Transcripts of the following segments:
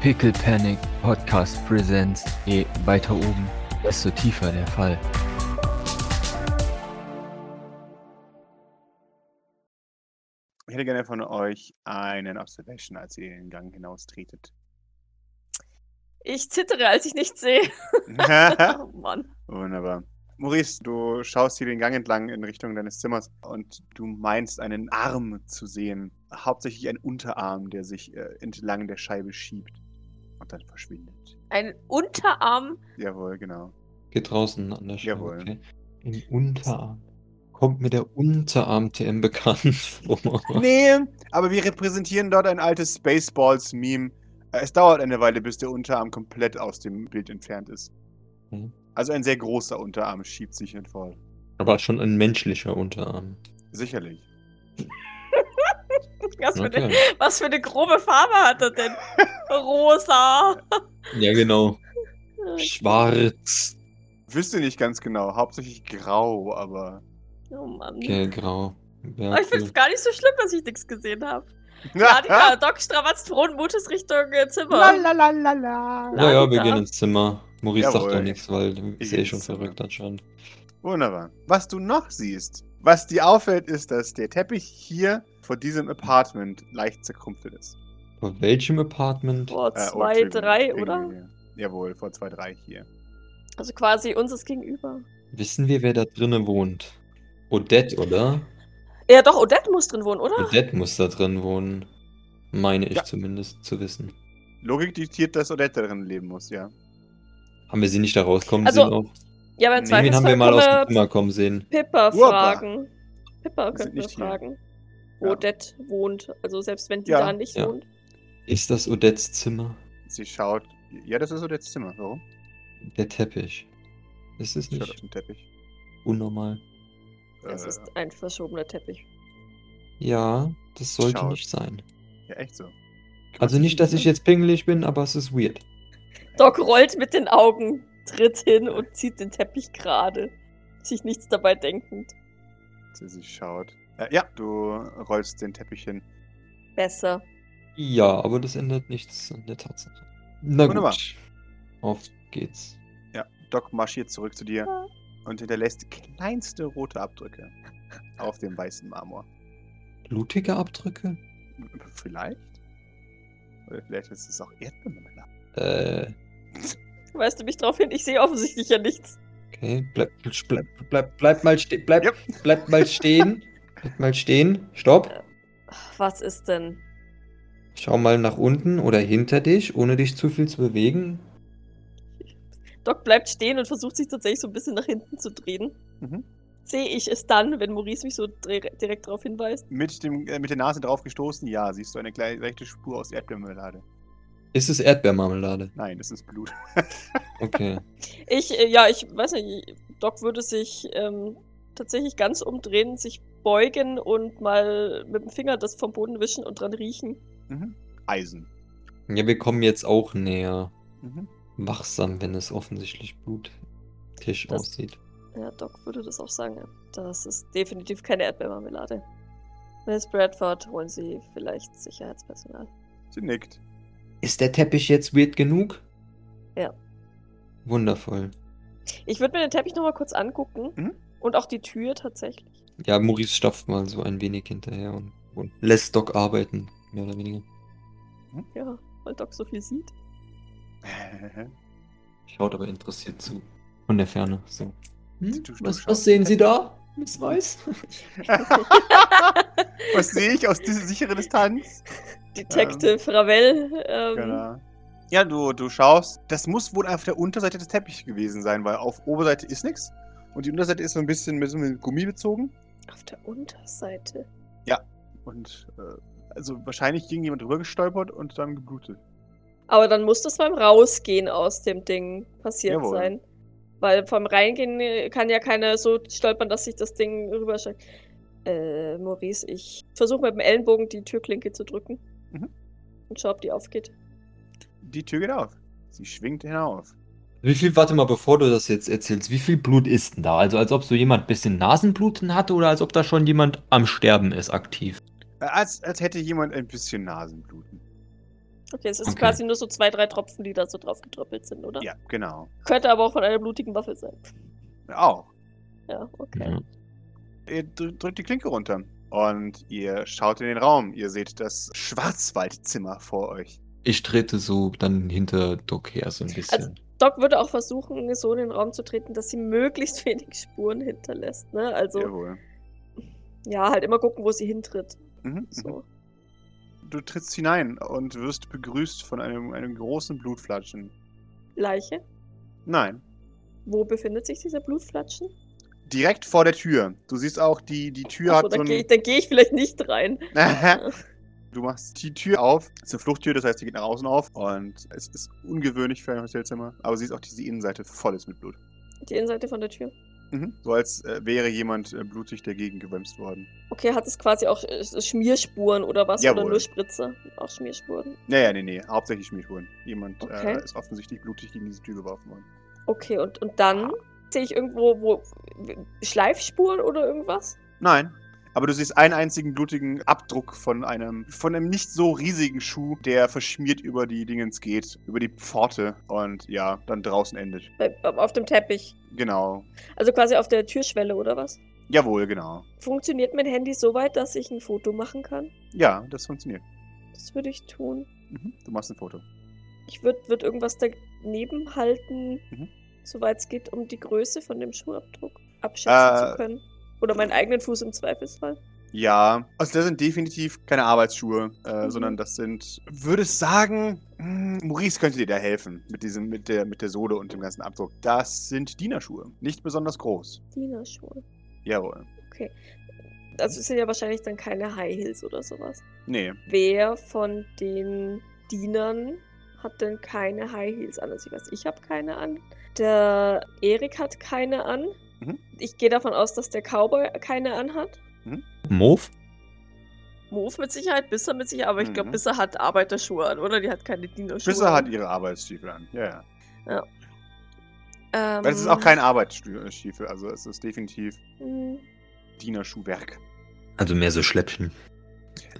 Pickle Panic Podcast Presents. Je weiter oben, desto tiefer der Fall. Ich hätte gerne von euch einen Observation, als ihr den Gang hinaustretet. Ich zittere, als ich nichts sehe. Oh Mann. Wunderbar. Maurice, du schaust hier den Gang entlang in Richtung deines Zimmers und du meinst einen Arm zu sehen. Hauptsächlich einen Unterarm, der sich äh, entlang der Scheibe schiebt und dann verschwindet. Ein Unterarm. Jawohl, genau. Geht draußen an der Scheibe. Jawohl. Okay. Im Unterarm. Kommt mir der Unterarm TM bekannt vor. Nee, aber wir repräsentieren dort ein altes Spaceballs-Meme. Äh, Es dauert eine Weile, bis der Unterarm komplett aus dem Bild entfernt ist. Mhm. Also ein sehr großer Unterarm schiebt sich hinfort. Aber schon ein menschlicher Unterarm. Sicherlich. Was für, eine, Okay. was für eine grobe Farbe hat er denn? Rosa. Ja, genau. Oh, Schwarz. Wüsste nicht ganz genau, hauptsächlich grau, aber. Oh Mann. Gelgrau. Ja, Aber Oh, ich finde cool. es gar nicht so schlimm, dass ich nichts gesehen habe. Radika, Doc stravatzt frohen Mutes Richtung äh, Zimmer. ja, ja, wir Lager. gehen ins Zimmer. Maurice sagt Jawohl. doch nichts, weil Ich ist eh ins schon Zimmer. verrückt anscheinend. Wunderbar. Was du noch siehst, was dir auffällt, ist, dass der Teppich hier vor diesem Apartment leicht zerkrumpelt ist. Vor welchem Apartment? Boah, Äh, oh, zwei, Entschuldigung, drei, irgendwie oder? hier. Jawohl, vor zwei, drei hier. Also quasi uns ist gegenüber. Wissen wir, wer da drinnen wohnt? Odette, oder? Ja, doch, Odette muss drin wohnen, oder? Odette muss da drin wohnen. Meine ich Ja. zumindest zu wissen. Logik diktiert, dass Odette darin leben muss, ja. Haben wir sie nicht da rauskommen Also, sehen? Auch? Ja, aber im Nee, Wen haben Zweifelsfall wir mal aus dem können wir Zimmer kommen sehen? Pippa Urba. fragen. Pippa sind können wir nicht hier. fragen. Wo Ja. Odette wohnt. Also selbst wenn die Ja. da nicht Ja. wohnt. Ist das Odettes Zimmer? Sie schaut. Ja, das ist Odettes Zimmer. Warum? Der Teppich. Ist es Sie schaut auf nicht den Teppich. unnormal? Es Äh, ist ein verschobener Teppich. Ja, das sollte Schaut. nicht sein. ja, echt so. Also nicht, dass ich jetzt pingelig bin, aber es ist weird. Doc rollt mit den Augen, tritt hin und zieht den Teppich gerade. Sich nichts dabei denkend. Sie, sie schaut. Äh, ja, du rollst den Teppich hin. Besser. Ja, aber das ändert nichts an der Tatsache. Na Wunderbar. gut. Auf geht's. Ja, Doc marschiert zurück zu dir und hinterlässt kleinste rote Abdrücke auf dem weißen Marmor. Blutige Abdrücke? Vielleicht? Oder vielleicht ist es auch Erdbeermarmelade. Äh, Weißt du mich drauf hin? Ich sehe offensichtlich ja nichts. okay. Bleib, bleib, bleib, bleib mal stehen. Bleib, Ja. bleib mal stehen. Bleib mal stehen. Stopp. Was ist denn? Schau mal nach unten oder hinter dich, ohne dich zu viel zu bewegen. Doc bleibt stehen und versucht sich tatsächlich so ein bisschen nach hinten zu drehen. Mhm. Sehe ich es dann, wenn Maurice mich so dre- direkt darauf hinweist? Mit, dem, äh, mit der Nase drauf gestoßen, ja, siehst du eine kleine, leichte Spur aus Erdbeermarmelade. Ist es Erdbeermarmelade? Nein, das ist Blut. Okay. Ich, äh, ja, ich weiß nicht, Doc würde sich ähm, tatsächlich ganz umdrehen, sich beugen und mal mit dem Finger das vom Boden wischen und dran riechen. Mhm. Eisen. Ja, wir kommen jetzt auch näher. Mhm. Wachsam, wenn es offensichtlich blutisch Das- aussieht. Ja, Doc würde das auch sagen. ja. Das ist definitiv keine Erdbeermarmelade. Miss Bradford, holen Sie vielleicht Sicherheitspersonal. Sie nickt. Ist der Teppich jetzt weird genug? Ja. Wundervoll. Ich würde mir den Teppich nochmal kurz angucken. Mhm. Und auch die Tür tatsächlich. Ja, Maurice stapft mal so ein wenig hinterher und, und lässt Doc arbeiten, mehr oder weniger. Ja, weil Doc so viel sieht. Hm? Schaut aber interessiert zu. Von der Ferne. So. Hm? Du- du Was- schaust- was sehen Sie da? Miss Weiß? Was sehe ich aus dieser sicheren Distanz? Detective Ravel. Ähm, Genau. Ja, du, du schaust. Das muss wohl auf der Unterseite des Teppichs gewesen sein, weil auf Oberseite ist nichts. Und die Unterseite ist so ein bisschen mit, so mit Gummi bezogen. Auf der Unterseite. Und äh, also wahrscheinlich ging jemand drüber gestolpert und dann geblutet. Aber dann muss das beim Rausgehen aus dem Ding passiert Jawohl. sein. Weil vom Reingehen äh, kann ja keiner so stolpern, dass sich das Ding rüberschlägt. Äh, Maurice, ich versuche mit dem Ellenbogen die Türklinke zu drücken. Mhm. Und schau, ob die aufgeht. Die Tür geht auf. Sie schwingt hinauf. Wie viel, warte mal, bevor du das jetzt erzählst, wie viel Blut ist denn da? Also als ob so jemand ein bisschen Nasenbluten hatte oder als ob da schon jemand am Sterben ist aktiv. Äh, als, als hätte jemand ein bisschen Nasenbluten. Okay, es ist Okay. quasi nur so zwei, drei Tropfen, die da so drauf getröppelt sind, oder? Ja, genau. Könnte aber auch von einer blutigen Waffe sein. Auch. Ja, okay. Ja. Ihr dr- drückt die Klinke runter und ihr schaut in den Raum. Ihr seht das Schwarzwaldzimmer vor euch. Ich trete so dann hinter Doc her so ein bisschen. Also- Doc würde auch versuchen, so in den Raum zu treten, dass sie möglichst wenig Spuren hinterlässt. Ne? Also, ja. Jawohl. halt immer gucken, wo sie hintritt. Mhm. So. Du trittst hinein und wirst begrüßt von einem, einem großen Blutflatschen. Leiche. Nein. Wo befindet sich dieser Blutflatschen? Direkt vor der Tür. Du siehst auch, die, die Tür Achso, hat so dann gehe ein... ich, dann geh ich vielleicht nicht rein. Du machst die Tür auf. Es ist eine Fluchttür, das heißt, die geht nach außen auf. Und es ist ungewöhnlich für ein Hotelzimmer. Aber siehst auch, dass die Innenseite voll ist mit Blut. Die Innenseite von der Tür. Mhm. So als äh, wäre jemand äh, blutig dagegen gewämst worden. Okay, hat es quasi auch äh, Schmierspuren oder was? Jawohl. Oder nur Spritze? Auch Schmierspuren. Naja, nee, nee. Hauptsächlich Schmierspuren. Jemand Okay. äh, ist offensichtlich blutig gegen diese Tür geworfen worden. Okay, und, und dann sehe ich irgendwo wo Schleifspuren oder irgendwas? Nein. Aber du siehst einen einzigen blutigen Abdruck von einem, von einem nicht so riesigen Schuh, der verschmiert über die Dingens geht, über die Pforte und ja, dann draußen endet. Bei- Auf dem Teppich. Genau. Also quasi auf der Türschwelle oder was? Jawohl, genau. Funktioniert mein Handy so weit, dass ich ein Foto machen kann? Ja, das funktioniert. Das würde ich tun. Mhm. Du machst ein Foto. Ich würde würd irgendwas daneben halten, Mhm. soweit es geht, um die Größe von dem Schuhabdruck abschätzen Äh, zu können. Oder meinen eigenen Fuß im Zweifelsfall. Ja, also das sind definitiv keine Arbeitsschuhe, äh, Mhm. sondern das sind, würde ich sagen, mh, Maurice könnte dir da helfen mit diesem, mit der, mit der Sohle und dem ganzen Abdruck. Das sind Dienerschuhe, nicht besonders groß. Dienerschuhe. Jawohl. Okay. Also es sind ja wahrscheinlich dann keine High Heels oder sowas. Nee, Wer von den Dienern hat denn keine High Heels an? Also ich weiß, ich habe keine an. Der Erik hat keine an. Mhm. Ich gehe davon aus, dass der Cowboy keine anhat. Move? Move mit Sicherheit, Bisser mit Sicherheit, aber ich glaube, Mhm. Bisser hat Arbeiterschuhe an, oder? Die hat keine Dienerschuhe. Bisher hat an. ihre Arbeitsstiefel an. Ja, ja. Ähm, Weil es ist auch kein Arbeitsstiefel, also es ist definitiv mh, Dienerschuhwerk. Also mehr so Schläppchen.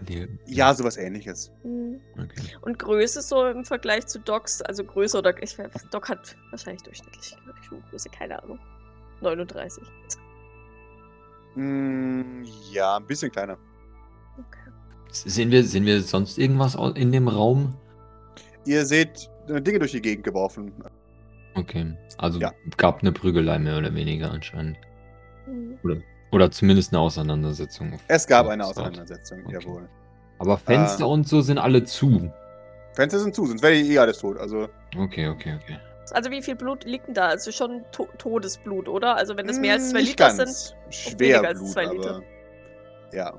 Nee. Ja, sowas ähnliches. mh. Okay. mm. Und Größe so im Vergleich zu Docs, also Größe oder ich, weiß, Doc hat wahrscheinlich durchschnittlich Schuhgröße, keine Ahnung. 39. Mm, ja, ein bisschen kleiner. Okay. Sehen wir, sehen wir sonst irgendwas au- in dem Raum? Ihr seht äh, Dinge durch die Gegend geworfen. Okay. Also Ja. gab eine Prügelei mehr oder weniger anscheinend. Mhm. Oder zumindest eine Auseinandersetzung. Es gab eine Ja, das war- Auseinandersetzung, Ah. Okay. jawohl. Aber Fenster und so sind alle zu. Fenster sind zu, sonst wäre eh alles tot. Also, Okay, okay, okay. Also wie viel Blut liegt denn da? Also schon to Todesblut, oder? Also wenn es mehr als mm, zwei nicht Liter sind. ganz. Schwer weniger als Blut, zwei Liter. aber. Ja.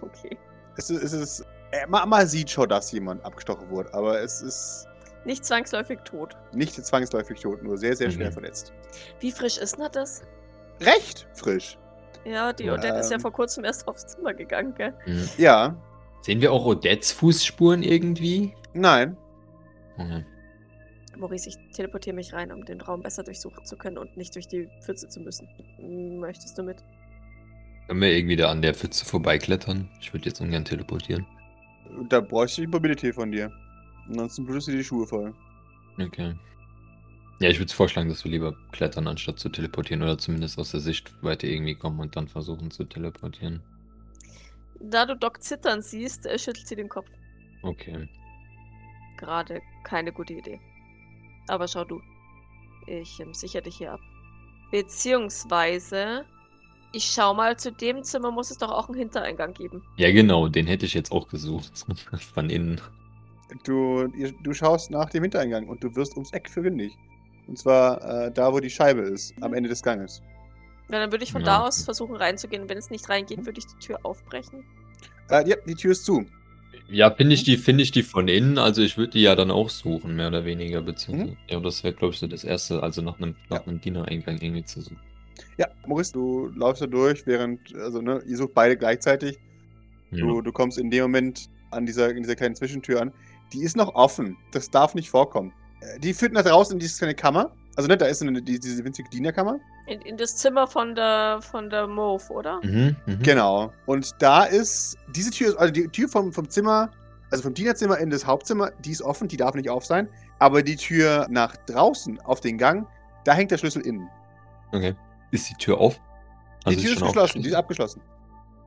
Okay. Es ist. Es ist äh, man, man sieht schon, dass jemand abgestochen wurde, aber es ist Nicht zwangsläufig tot. nicht zwangsläufig tot, nur sehr, sehr schwer Mhm. verletzt. Wie frisch ist denn das? Recht frisch. Ja, die Odette ist ja Ähm. vor kurzem erst aufs Zimmer gegangen, gell? Mhm. Ja. Sehen wir auch Odettes Fußspuren irgendwie? Nein. Okay. Maurice, ich teleportiere mich rein, um den Raum besser durchsuchen zu können und nicht durch die Pfütze zu müssen. M, Möchtest du mit? Können wir irgendwie da an der Pfütze vorbeiklettern? Ich würde jetzt ungern teleportieren. Da bräuchte ich Mobility von dir. Ansonsten blutest du dir die Schuhe voll. Okay. Ja, ich würde vorschlagen, dass wir lieber klettern, anstatt zu teleportieren oder zumindest aus der Sichtweite irgendwie kommen und dann versuchen zu teleportieren. Da du Doc zittern siehst, äh, schüttelt sie den Kopf. Okay. Gerade keine gute Idee. Aber schau du. Ich ähm, sichere dich hier ab. Beziehungsweise, ich schau mal, zu dem Zimmer muss es doch auch einen Hintereingang geben. Ja, genau, den hätte ich jetzt auch gesucht. Von innen. Du, ihr, du schaust nach dem Hintereingang und du wirst ums Eck verwindig. Und zwar äh, da, wo die Scheibe ist, am Ende des Ganges. Ja, dann würde ich von Ja. da aus versuchen reinzugehen. Wenn es nicht reingeht, würde ich die Tür aufbrechen. Äh, ja, die Tür ist zu. Ja, finde ich Mhm. die, finde ich die von innen. Also ich würde die ja dann auch suchen, mehr oder weniger, beziehungsweise. Mhm. Ja, das wäre, glaube ich, so das Erste, also nach einem, nach einem Dienereingang irgendwie zu suchen. Ja, Maurice, du läufst da durch, während, also, ne, ihr sucht beide gleichzeitig. Du, du kommst in dem Moment an dieser, in dieser kleinen Zwischentür an. Die ist noch offen. Das darf nicht vorkommen. Äh, Die führt nach draußen in diese kleine Kammer. Also, ne, da ist eine, die, diese winzige Dienerkammer. In, in das Zimmer von der von der Mauve, oder? Mhm, mhm. Genau. Und da ist diese Tür, also die Tür vom, vom Zimmer, also also vom Dienerzimmer in das Hauptzimmer, die ist offen, die darf nicht auf sein. Aber die Tür nach draußen auf den Gang, da hängt der Schlüssel innen. Okay. Ist die Tür auf? Also Die Tür ist schon geschlossen, die ist abgeschlossen.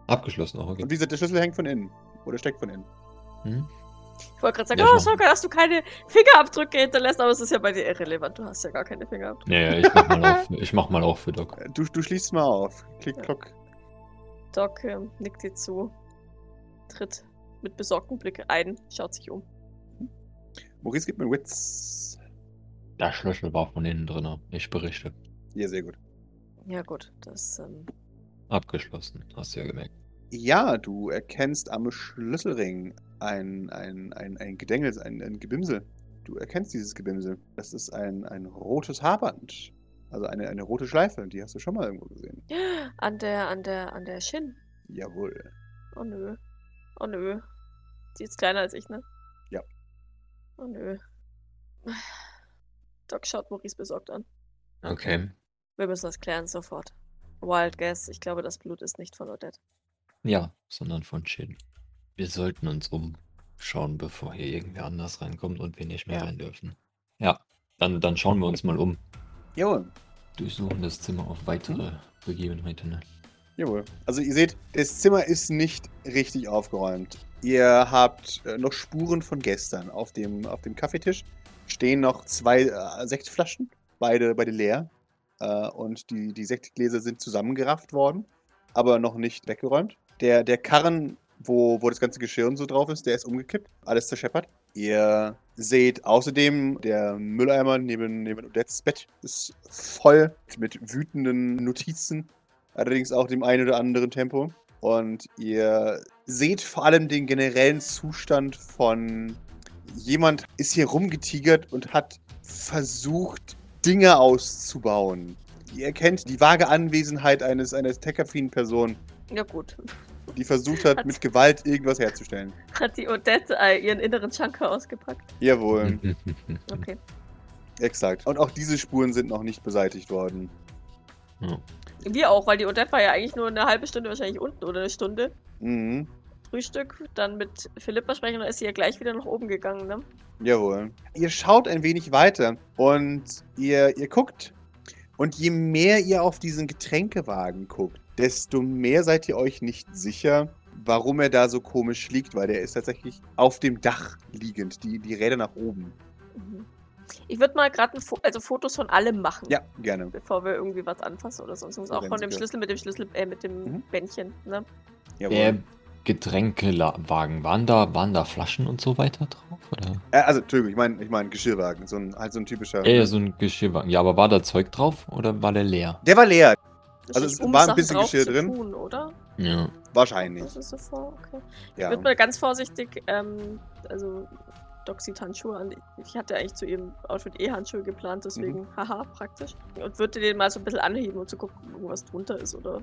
abgeschlossen auch, okay. Und wie gesagt, der Schlüssel hängt von innen. Oder steckt von innen. Mhm. Ich wollte gerade sagen, Ja, oh, schon. schau mal, dass du keine Fingerabdrücke hinterlässt, aber es ist ja bei dir irrelevant. Du hast ja gar keine Fingerabdrücke. Ja, ja, ich mach mal auf. Ich mach mal auf für Doc. Äh, Du, du schließt mal auf. Klick, Ja. klock. Doc ähm, nickt dir zu, tritt mit besorgtem Blick ein, schaut sich um. Maurice gibt mir Witz. Der Schlüssel war von innen drin. Ich berichte. Ja, sehr gut. Ja gut, das ähm, Abgeschlossen, hast du ja gemerkt. Ja, du erkennst am Schlüsselring ein, ein, ein, ein Gedängel, ein, ein Gebimsel. Du erkennst dieses Gebimsel. Das ist ein, ein rotes Haarband. Also eine, eine rote Schleife, die hast du schon mal irgendwo gesehen. an der, an der, an der Shin. Jawohl. Oh nö. Oh nö. Die ist kleiner als ich, ne? Ja. Oh nö. Doc schaut Maurice besorgt an. Okay. Wir müssen das klären, sofort. Wild Guess, ich glaube, das Blut ist nicht von Odette. Ja, sondern von Shin. Wir sollten uns umschauen, bevor hier irgendwer anders reinkommt und wir nicht mehr Ja. rein dürfen. Ja, dann, dann schauen wir uns mal um. Jawohl. Durchsuchen das Zimmer auf weitere Begebenheiten. Ne? Jawohl. Also ihr seht, das Zimmer ist nicht richtig aufgeräumt. Ihr habt äh, noch Spuren von gestern. Auf dem, auf dem Kaffeetisch stehen noch zwei äh, Sektflaschen, beide, beide leer. Äh, und die, die Sektgläser sind zusammengerafft worden, aber noch nicht weggeräumt. Der, der Karren, wo, wo das ganze Geschirr und so drauf ist, der ist umgekippt, alles zerscheppert. Ihr seht außerdem, der Mülleimer neben, neben Odettes Bett ist voll mit wütenden Notizen allerdings auch dem einen oder anderen Tempo. Und ihr seht vor allem den generellen Zustand von jemand ist hier rumgetigert und hat versucht, Dinge auszubauen. Ihr erkennt die vage Anwesenheit eines, eines tech-affinen Person, Ja gut. die versucht hat, Hat- mit Gewalt irgendwas herzustellen. Hat die Odette äh, ihren inneren Chunker ausgepackt? Jawohl, Mhm. Okay. exakt. Und auch diese Spuren sind noch nicht beseitigt worden. Ja. Wir auch, weil die Odette war ja eigentlich nur eine halbe Stunde wahrscheinlich unten oder eine Stunde. Mhm. Frühstück, dann mit Philippa sprechen, dann ist sie ja gleich wieder nach oben gegangen, ne? Jawohl. Ihr schaut ein wenig weiter und ihr, ihr guckt. Und je mehr ihr auf diesen Getränkewagen guckt, desto mehr seid ihr euch nicht sicher, warum er da so komisch liegt, weil der ist tatsächlich auf dem Dach liegend, die, die Räder nach oben. Mhm. Ich würde mal gerade Fo also Fotos von allem machen. Ja, gerne. Bevor wir irgendwie was anfassen oder sonst was. Auch Wenn von Sie dem dürfen. Schlüssel mit dem Schlüssel, äh, mit dem Mhm. Bändchen, ne? Jawohl. Der Äh, Getränkewagen, waren da, waren da Flaschen und so weiter drauf? Oder? Äh, also, Entschuldigung, ich meine ich mein Geschirrwagen, so ein, halt so ein typischer. Ja, ja, Äh, so ein Geschirrwagen. Ja, aber war da Zeug drauf oder war der leer? Der war leer, Das Also ist, es war ein Sachen bisschen drauf Geschirr zu drin. Tun, oder? Ja. wahrscheinlich. Das ist so vor, okay. Ich Ja. würde mal ganz vorsichtig, ähm, also Doc sieht Handschuhe an. Ich hatte eigentlich zu ihrem Outfit eh Handschuhe geplant, deswegen Mhm. haha, praktisch. Und würde den mal so ein bisschen anheben, um zu gucken, ob irgendwas drunter ist oder.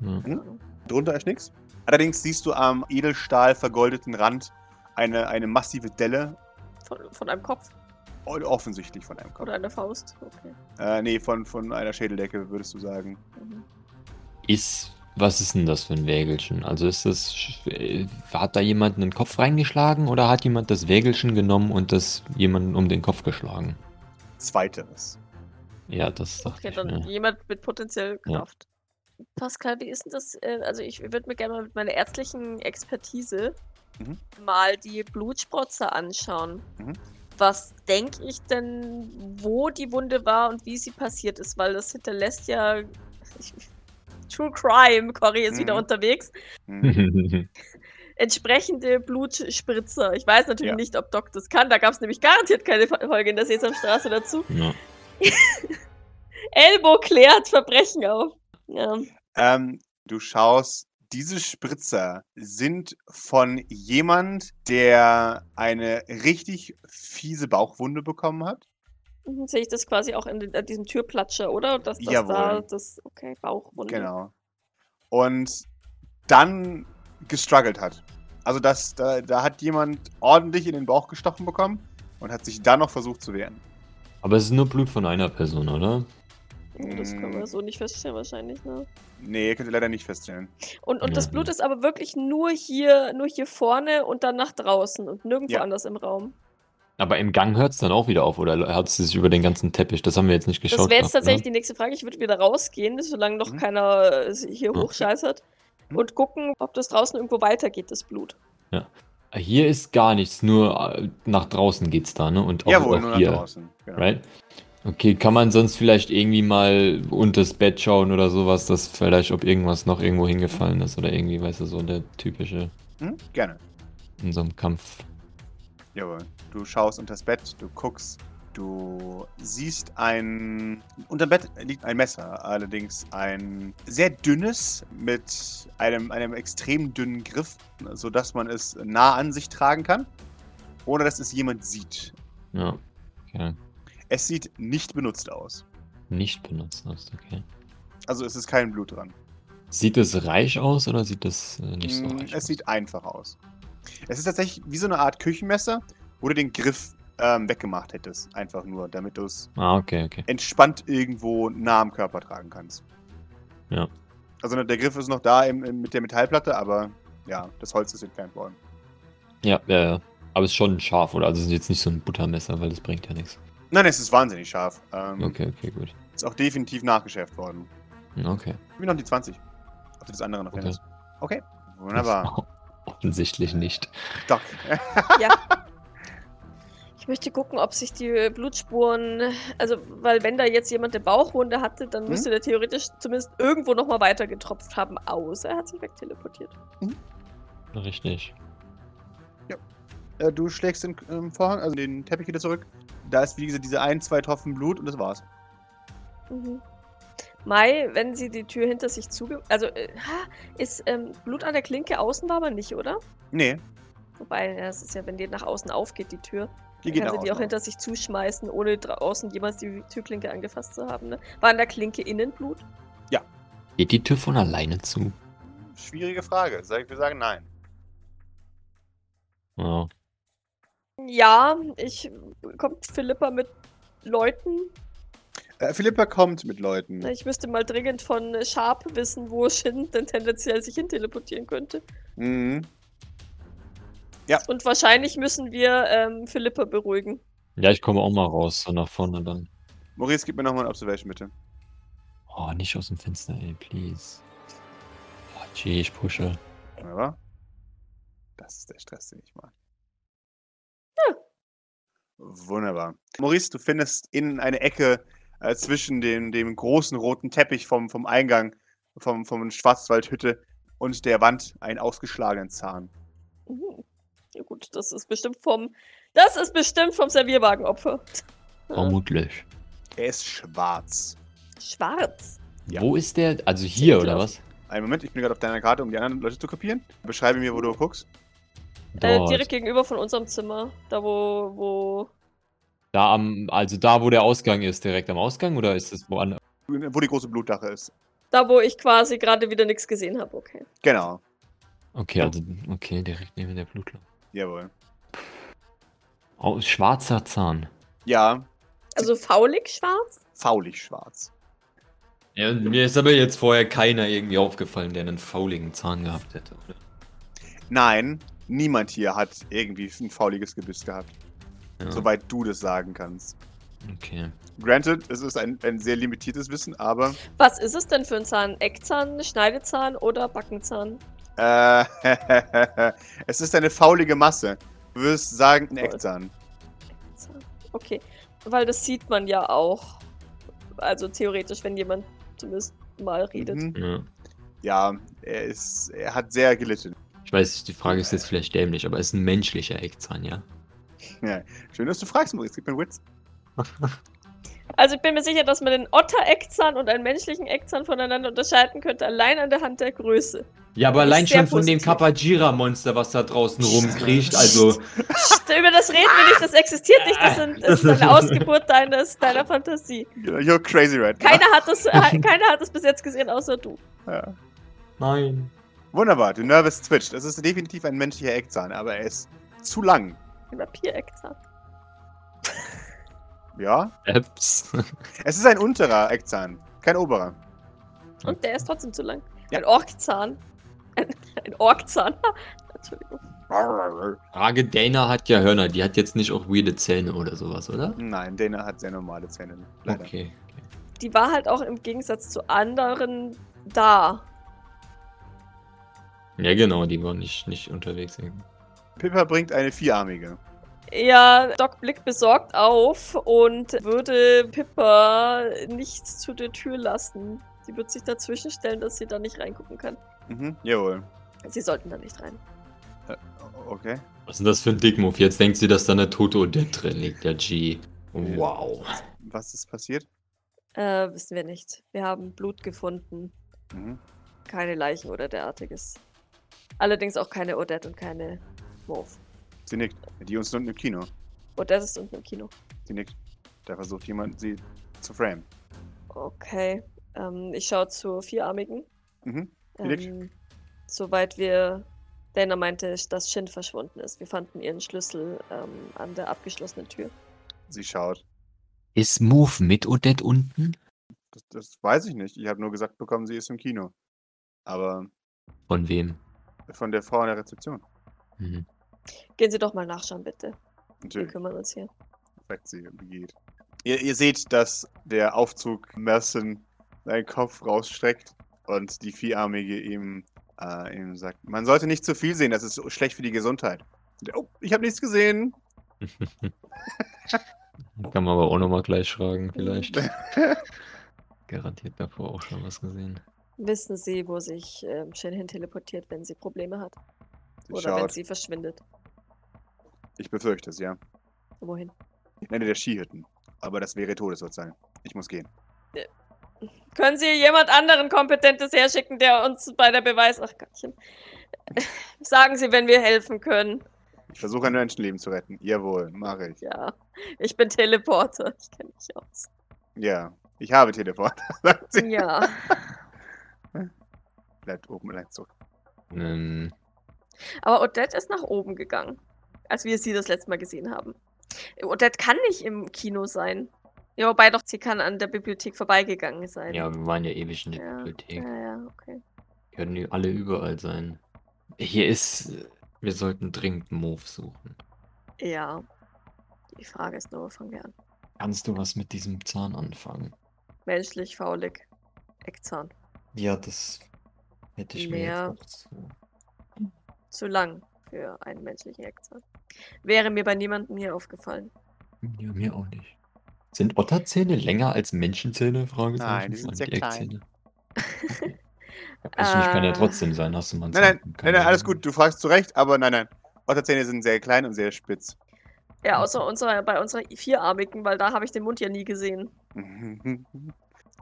ja. keine Mhm. Ahnung. Drunter ist nichts. Allerdings siehst du am Edelstahl vergoldeten Rand eine, eine massive Delle, Von, von einem Kopf offensichtlich von einem Kopf. oder einer Faust. Okay. Äh, nee, von, von einer Schädeldecke würdest du sagen. Mhm. Ist, was ist denn das für ein Wägelchen? Also ist das, äh, hat da jemand einen Kopf reingeschlagen oder hat jemand das Wägelchen genommen und das jemanden um den Kopf geschlagen? Zweiteres. Ja, das dachte Okay, ich dann mir. jemand mit potenziell Ja. Kraft. Pascal, wie ist denn das? äh, Also ich würde mir gerne mal mit meiner ärztlichen Expertise Mhm. mal die Blutspritzer anschauen. Mhm. Was denke ich denn, wo die Wunde war und wie sie passiert ist? Weil das hinterlässt ja ich, True Crime, Cory ist wieder Mhm. unterwegs. Mhm. Hm. Entsprechende Blutspritzer. Ich weiß natürlich Ja. nicht, ob Doc das kann. Da gab es nämlich garantiert keine Folge in der Sesamstraße dazu. ja. Elbow klärt Verbrechen auf. Ja. ähm, du schaust, diese Spritzer sind von jemand, der eine richtig fiese Bauchwunde bekommen hat. Mhm, Sehe ich das quasi auch in den, an diesem Türplatscher, oder? Dass das da Jawohl. das, okay, Bauchwunde. Genau. Und dann gestruggelt hat. Also das, da, da hat jemand ordentlich in den Bauch gestochen bekommen und hat sich dann noch versucht zu wehren. Aber es ist nur Blut von einer Person, oder? Oh, das können wir Mm, so nicht feststellen wahrscheinlich, ne? Nee, könnt ihr leider nicht feststellen. Und, und das Mhm. Blut ist aber wirklich nur hier, nur hier vorne und dann nach draußen und nirgendwo Ja. anders im Raum. Aber im Gang hört es dann auch wieder auf oder hört es sich über den ganzen Teppich? Das haben wir jetzt nicht geschaut. Das wäre jetzt gehabt, tatsächlich ne? die nächste Frage. Ich würde wieder rausgehen, solange noch Mhm. keiner äh, hier Ja. hochscheißert. Mhm. Und gucken, ob das draußen irgendwo weitergeht, das Blut. Hier ist gar nichts, nur äh, nach draußen geht's da, ne? Und auch, Jawohl, auch nur nach hier, draußen. Genau. right? Okay, kann man sonst vielleicht irgendwie mal unters Bett schauen oder sowas, dass vielleicht ob irgendwas noch irgendwo hingefallen ist oder irgendwie, weißt du, so der typische Hm? Gerne. in so einem Kampf. Jawohl. Du schaust unter das Bett, du guckst, du siehst ein. Unter dem Bett liegt ein Messer, allerdings ein sehr dünnes mit einem, einem extrem dünnen Griff, sodass man es nah an sich tragen kann, ohne dass es jemand sieht. Ja, okay. Es sieht nicht benutzt aus. Nicht benutzt hast, okay. Also es ist kein Blut dran. Sieht es reich aus oder sieht es äh, nicht so Mm, reich aus? es sieht einfach aus. Es ist tatsächlich wie so eine Art Küchenmesser, wo du den Griff ähm, weggemacht hättest. Einfach nur, damit du es ah, okay, okay. entspannt irgendwo nah am Körper tragen kannst. Ja. Also ne, der Griff ist noch da im, im, mit der Metallplatte, aber ja, das Holz ist entfernt worden. Ja, ja, ja. Aber es ist schon scharf, oder? Also es ist jetzt nicht so ein Buttermesser, weil das bringt ja nichts. Nein, es ist wahnsinnig scharf. Ähm, Okay, okay, gut. Hm, Ist auch definitiv nachgeschärft worden. Okay. Wie noch die 20. Ob du das andere noch Okay. findest. Okay, wunderbar. Offensichtlich nicht. Doc. Ich möchte gucken, ob sich die Blutspuren, also weil wenn da jetzt jemand eine Bauchwunde hatte, dann Hm? müsste der theoretisch zumindest irgendwo nochmal weiter getropft haben, außer er hat sich wegteleportiert. Richtig. Äh, du schlägst den ähm, Vorhang, also den Teppich wieder zurück. Da ist, wie gesagt, diese ein, zwei Tropfen Blut und das war's. Mhm. Mai, wenn sie die Tür hinter sich zuge... Also, äh, ha, ist ähm, Blut an der Klinke außen war aber nicht, oder? Nee, Wobei, ja, es ist ja, wenn die nach außen aufgeht, die Tür, die dann geht kann sie nach die auch außen hinter sich zuschmeißen, ohne draußen jemals die Türklinke angefasst zu haben. Ne? War an der Klinke innen Blut? Geht die Tür von alleine zu? auf. Schwierige Frage. Sag ich, wir sagen nein. Ja. Ja, ich... Kommt Philippa mit Leuten? Äh, Philippa kommt mit Leuten. Ich müsste mal dringend von äh, Sharp wissen, wo Shin denn tendenziell sich hin teleportieren könnte. Mhm. Und wahrscheinlich müssen wir ähm, Philippa beruhigen. Ja, ich komme auch mal raus, so nach vorne dann. Maurice, gib mir nochmal ein Observation, bitte. Oh, nicht aus dem Fenster, ey, please. Oh, gee, ich pushe. Wunderbar. Das ist der Stress, den ich mag. Wunderbar. Maurice, du findest in eine Ecke äh, zwischen dem, dem großen roten Teppich vom, vom Eingang vom, vom Schwarzwaldhütte und der Wand einen ausgeschlagenen Zahn. Mhm. Ja gut, das ist bestimmt vom. Das ist bestimmt vom Servierwagenopfer. Vermutlich. Er ist schwarz. Schwarz. Ja. Wo ist der? Also hier, Sieht oder aus. was? Einen Moment, ich bin gerade auf deiner Karte, um die anderen Leute zu kopieren. Beschreibe mir, wo du guckst. Äh, Dort. direkt gegenüber von unserem Zimmer. Da wo. wo. Da am, also da, wo der Ausgang ist, direkt am Ausgang oder ist es woanders? Wo die große Blutdache ist. Da wo ich quasi gerade wieder nichts gesehen habe, okay. Genau. Okay, also, okay, direkt neben der Blutloch. Jawohl. Oh, schwarzer Zahn. Ja, Also faulig schwarz? faulig schwarz. Ja, mir ist aber jetzt vorher keiner irgendwie aufgefallen, der einen fauligen Zahn gehabt hätte, oder? Nein, niemand hier hat irgendwie ein fauliges Gebiss gehabt. Ja, Soweit du das sagen kannst. okay. Granted, es ist ein, ein sehr limitiertes Wissen, aber Was ist es denn für ein Zahn? Eckzahn, Schneidezahn oder Backenzahn? äh, es ist eine faulige Masse. Du würdest sagen, ein Cool. Eckzahn. Zahn. Okay. Weil das sieht man ja auch. Also theoretisch, wenn jemand zumindest mal redet. Mhm. Ja. Ja, er, ist, er hat sehr gelitten. Ich weiß, die Frage ist jetzt vielleicht dämlich, aber es ist ein menschlicher Eckzahn, ja? Schön, dass du fragst, Maurice. Gib mir einen Witz. Also ich bin mir sicher, dass man den Otter-Eckzahn und einen menschlichen Eckzahn voneinander unterscheiden könnte, allein an der Hand der Größe. Ja, aber Das ist allein sehr schon von dem positiv. Kapajira-Monster, was da draußen rumkriecht, also Psst, über das reden wir nicht, das existiert nicht, das, sind, das ist eine Ausgeburt deines, deiner Fantasie. You're you're crazy, right? now. Keiner hat, das, äh, keiner hat das bis jetzt gesehen, außer du. Ja. nein. Ah, Wunderbar, du Nervous Twitch. Das ist definitiv ein menschlicher Eckzahn, aber er ist zu lang. Ein Papier-Eckzahn. Ja? Apps. Äh, Es ist ein unterer Eckzahn. Kein Oberer. Und der ist trotzdem zu lang. Ja. Ein Orkzahn. Ein, ein Orkzahn. Entschuldigung. Frage, Dana hat ja Hörner, die hat jetzt nicht auch weirde Zähne oder sowas, oder? Nein, Dana hat sehr normale Zähne. Leider. Okay. Die war halt auch im Gegensatz zu anderen da. Ja, genau, die waren nicht, nicht unterwegs. irgendwie. Pippa bringt eine vierarmige. Ja, Doc blickt besorgt auf und würde Pippa nicht zu der Tür lassen. Sie wird sich dazwischen stellen, dass sie da nicht reingucken kann. Mhm, jawohl. Sie sollten da nicht rein. O- Okay. Was ist denn das für ein Dickmuff? Jetzt denkt sie, dass da eine tote Odette drin liegt, der G. Wow. Was ist passiert? Äh, wissen wir nicht. Wir haben Blut gefunden. Mhm. Keine Leichen oder derartiges. Allerdings auch keine Odette und keine Mauve. Sie nickt. Die uns unten im Kino. Odette ist unten im Kino. Sie nickt. Da versucht jemand, sie zu framen. Okay. Ähm, ich schaue zur Vierarmigen. Mhm. Felix? Ähm, soweit wir. Dana meinte, dass Shin verschwunden ist. Wir fanden ihren Schlüssel ähm, an der abgeschlossenen Tür. Sie schaut. Ist Move mit Odette unten? Das, das weiß ich nicht. Ich habe nur gesagt bekommen, sie ist im Kino. Aber Von wem? von der Frau an der Rezeption. Mhm. Gehen Sie doch mal nachschauen, bitte. Wir Natürlich. kümmern uns hier. sagt sie und geht. Ihr, ihr seht, dass der Aufzug Merson seinen Kopf rausstreckt und die Vierarmige ihm, äh, ihm sagt, man sollte nicht zu viel sehen, das ist schlecht für die Gesundheit. Und er, oh, ich habe nichts gesehen. Kann man aber auch nochmal gleich fragen, vielleicht. Garantiert davor auch schon was gesehen. Wissen Sie, wo sich ähm, Shin hin teleportiert, wenn sie Probleme hat? Sie Oder wenn schaut. sie verschwindet? Ich befürchte es, ja. Wohin? Ich nenne der Skihütten. Aber das wäre Todesurteil. Ich muss gehen. Können Sie jemand anderen Kompetentes herschicken, der uns bei der Beweis. Ach, Gottchen. Sagen Sie, wenn wir helfen können. Ich versuche ein Menschenleben zu retten. Jawohl, mache ich. Ja, ich bin Teleporter. Ich kenne mich aus. Ja, ich habe Teleport. sagt sie. Ja. Bleibt oben, bleibt zurück. Ähm, Aber Odette ist nach oben gegangen, als wir sie das letzte Mal gesehen haben. Odette kann nicht im Kino sein. Ja, wobei doch, sie kann an der Bibliothek vorbeigegangen sein. ja, wir waren ja ewig in der Ja, Bibliothek. ja, ja, okay. Können die alle überall sein. Hier ist. Wir sollten dringend Move suchen. Ja. Die Frage ist nur, wo fangen wir an? Kannst du was mit diesem Zahn anfangen? Menschlich, faulig, Eckzahn. Ja, das hätte ich mir Ja. jetzt auch zu. Zu lang für einen menschlichen Eckzahn. Wäre mir bei niemandem hier aufgefallen. Ja, mir auch nicht. Sind Otterzähne länger als Menschenzähne? Fragezeichen? Nein, die sind Vor allem sehr klein. Eckzähne. Also, ich kann ja Äh. trotzdem sein, hast du mal einen Nein, nein, Zahn- nein, keine nein, alles Ahnung. gut. Du fragst zu Recht, aber nein, nein. Otterzähne sind sehr klein und sehr spitz. Hm. Ja, außer unserer, bei unserer Vierarmigen, weil da habe ich den Mund ja nie gesehen.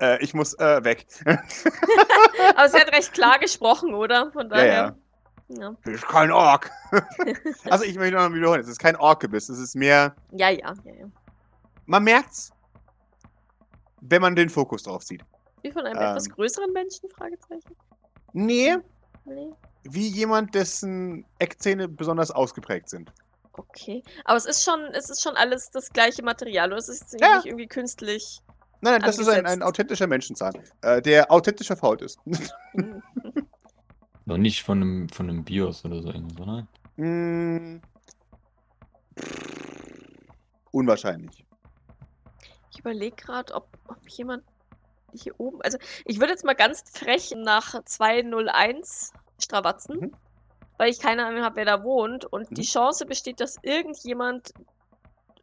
äh, ich muss äh, weg. Aber sie hat recht klar gesprochen, oder? Ja, Von daher. Ja, Das ist kein Ork. also ich möchte nochmal wiederholen, es ist kein Ork-Gebiss, es ist mehr, ja, ja. ja, ja. man merkt's, wenn man den Fokus drauf sieht. Wie von einem Ähm. etwas größeren Menschen? Fragezeichen. Nee, Nee. wie jemand, dessen Eckzähne besonders ausgeprägt sind. Okay. Aber es ist schon, es ist schon alles das gleiche Material, oder? Es ist jetzt Ja. nicht irgendwie künstlich. Nein, nein, das ist ein, Angesetzt. ein authentischer Menschenzahn, äh, der authentisch verfault ist. Hm. Noch nicht von einem, von einem BIOS oder so irgendwas, oder? Mm. Pff, Unwahrscheinlich. Ich überlege gerade, ob, ob jemand hier oben. Also, ich würde jetzt mal ganz frech nach 201 strawatzen, Mhm. weil ich keine Ahnung habe, wer da wohnt. Und die Mhm. Chance besteht, dass irgendjemand.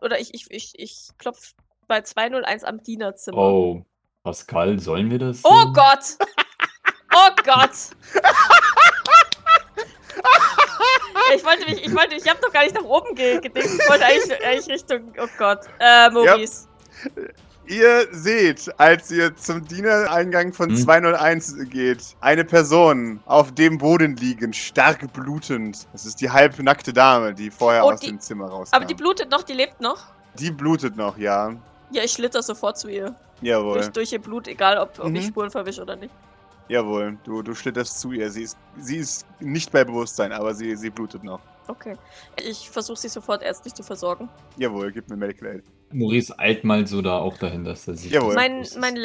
Oder ich, ich, ich, ich klopfe bei 201 am Dienerzimmer. Oh, Pascal, sollen wir das? Genau. Oh sehen? Gott! Oh Gott! Ich wollte mich, ich wollte, ich habe doch gar nicht nach oben ge gedacht. Ich wollte eigentlich, eigentlich Richtung, oh Gott, äh, Maurice. Ihr seht, als ihr zum Dienereingang von Hm? 201 geht, eine Person auf dem Boden liegen, stark blutend. Das ist die halbnackte Dame, die vorher Oh, aus die- dem Zimmer rauskam. Aber die blutet noch, die lebt noch. Die blutet noch, ja. Ja, ich schlitter sofort zu ihr. Durch, Jawohl, durch ihr Blut, egal ob, ob ich Mhm. Spuren verwische oder nicht. jawohl. Du, du schlitterst zu ihr. Sie ist, sie ist nicht bei Bewusstsein, aber sie, sie blutet noch. Okay. Ich versuche sie sofort ärztlich zu versorgen. Jawohl, gib mir Medical Aid. Maurice eilt mal so da auch dahin, dass er sich. Jawohl. Mein, das- mein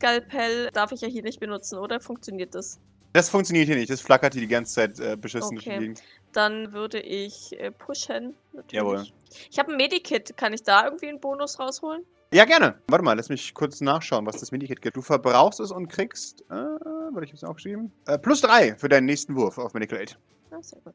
Laserskalpell darf ich ja hier nicht benutzen, oder? Funktioniert das? Das funktioniert hier nicht. Das flackert hier die ganze Zeit äh, beschissen durch die Okay. Gegend. Dann würde ich äh, pushen. Natürlich. Jawohl. Ich habe ein Medikit. Kann ich da irgendwie einen Bonus rausholen? Ja, gerne. Warte mal, lass mich kurz nachschauen, was das Medikit gibt. Du verbrauchst es und kriegst, äh, warte, ich hab's aufgeschrieben. Äh, plus drei für deinen nächsten Wurf auf Medical Aid. Ah, sehr gut.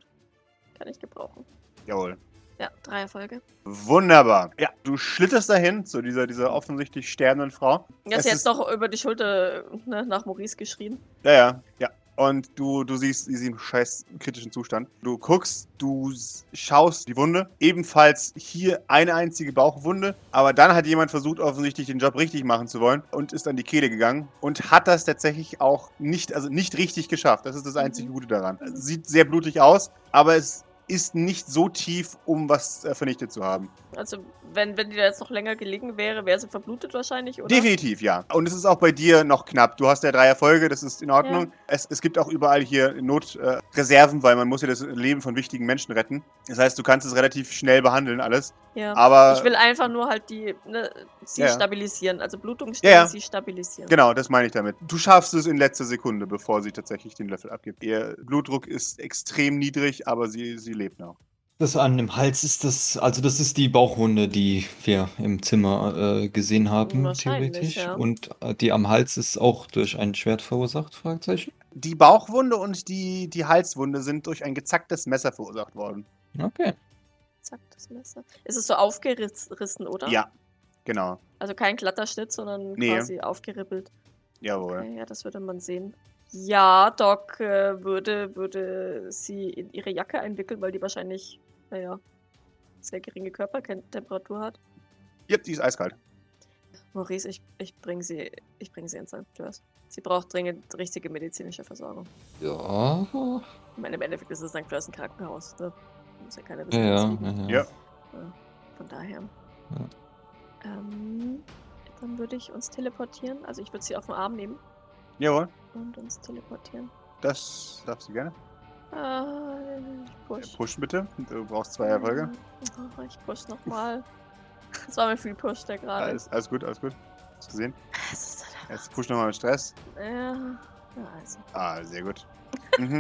Kann ich gebrauchen. Jawohl. Ja, drei Erfolge. Wunderbar. Ja, du schlitterst dahin zu dieser, dieser offensichtlich sterbenden Frau. Ja, Es sie ist- jetzt noch über die Schulter äh, ne, nach Maurice geschrien. Ja, ja, ja. Und du, du siehst, sie ist im scheiß kritischen Zustand. Du guckst, du s- schaust die Wunde. Ebenfalls hier eine einzige Bauchwunde. Aber dann hat jemand versucht, offensichtlich den Job richtig machen zu wollen und ist an die Kehle gegangen und hat das tatsächlich auch nicht, also nicht richtig geschafft. Das ist das einzige Gute daran. Sieht sehr blutig aus, aber es ist nicht so tief, um was äh, vernichtet zu haben. Also, wenn, wenn die da jetzt noch länger gelegen wäre, wäre sie verblutet wahrscheinlich, oder? Definitiv, ja. Und es ist auch bei dir noch knapp. Du hast ja drei Erfolge, das ist in Ordnung. Es, es gibt auch überall hier Notreserven, äh, Reserven, weil man muss ja das Leben von wichtigen Menschen retten. Das heißt, du kannst es relativ schnell behandeln, alles. Ja. Aber ich will einfach nur halt die, ne, sie Ja, ja. stabilisieren. Also Blutung Ja, stellen, ja. sie stabilisieren. genau, das meine ich damit. Du schaffst es in letzter Sekunde, bevor sie tatsächlich den Löffel abgibt. Ihr Blutdruck ist extrem niedrig, aber sie, sie lebt noch. Das an dem Hals ist das, also das ist die Bauchwunde, die wir im Zimmer äh, gesehen haben, Wahrscheinlich, theoretisch. ja. Und äh, die am Hals ist auch durch ein Schwert verursacht, Fragezeichen. Die Bauchwunde und die, die Halswunde sind durch ein gezacktes Messer verursacht worden. Okay. Zack, das Messer. Ist es so aufgerissen, oder? Ja, genau. Also kein glatter Schnitt, sondern Nee. quasi aufgeribbelt. Jawohl. Okay, ja, das würde man sehen. Ja, Doc äh, würde, würde sie in ihre Jacke einwickeln, weil die wahrscheinlich, naja, sehr geringe Körpertemperatur hat. Yep, die ist eiskalt. Maurice, ich, ich bringe sie, ich bring sie ins St. George. Sie braucht dringend richtige medizinische Versorgung. Ja. Ich meine, im Endeffekt ist es St. Flörs ein Krankenhaus. Da muss ja keiner Ja, wissen. was ja, liegen. ja. Ja. Von daher. Ähm, dann würde ich uns teleportieren. Also ich würde sie auf den Arm nehmen Jawohl, und uns teleportieren. das darfst du gerne. Äh, push. Pushen bitte. Du brauchst zwei Erfolge. Oh, ich push nochmal. Das war mein Free Push, der gerade. Alles, alles gut, alles gut. Hast gesehen? Es ist Jetzt push nochmal mit Stress. äh, ja, also. Ah, sehr gut. Mhm.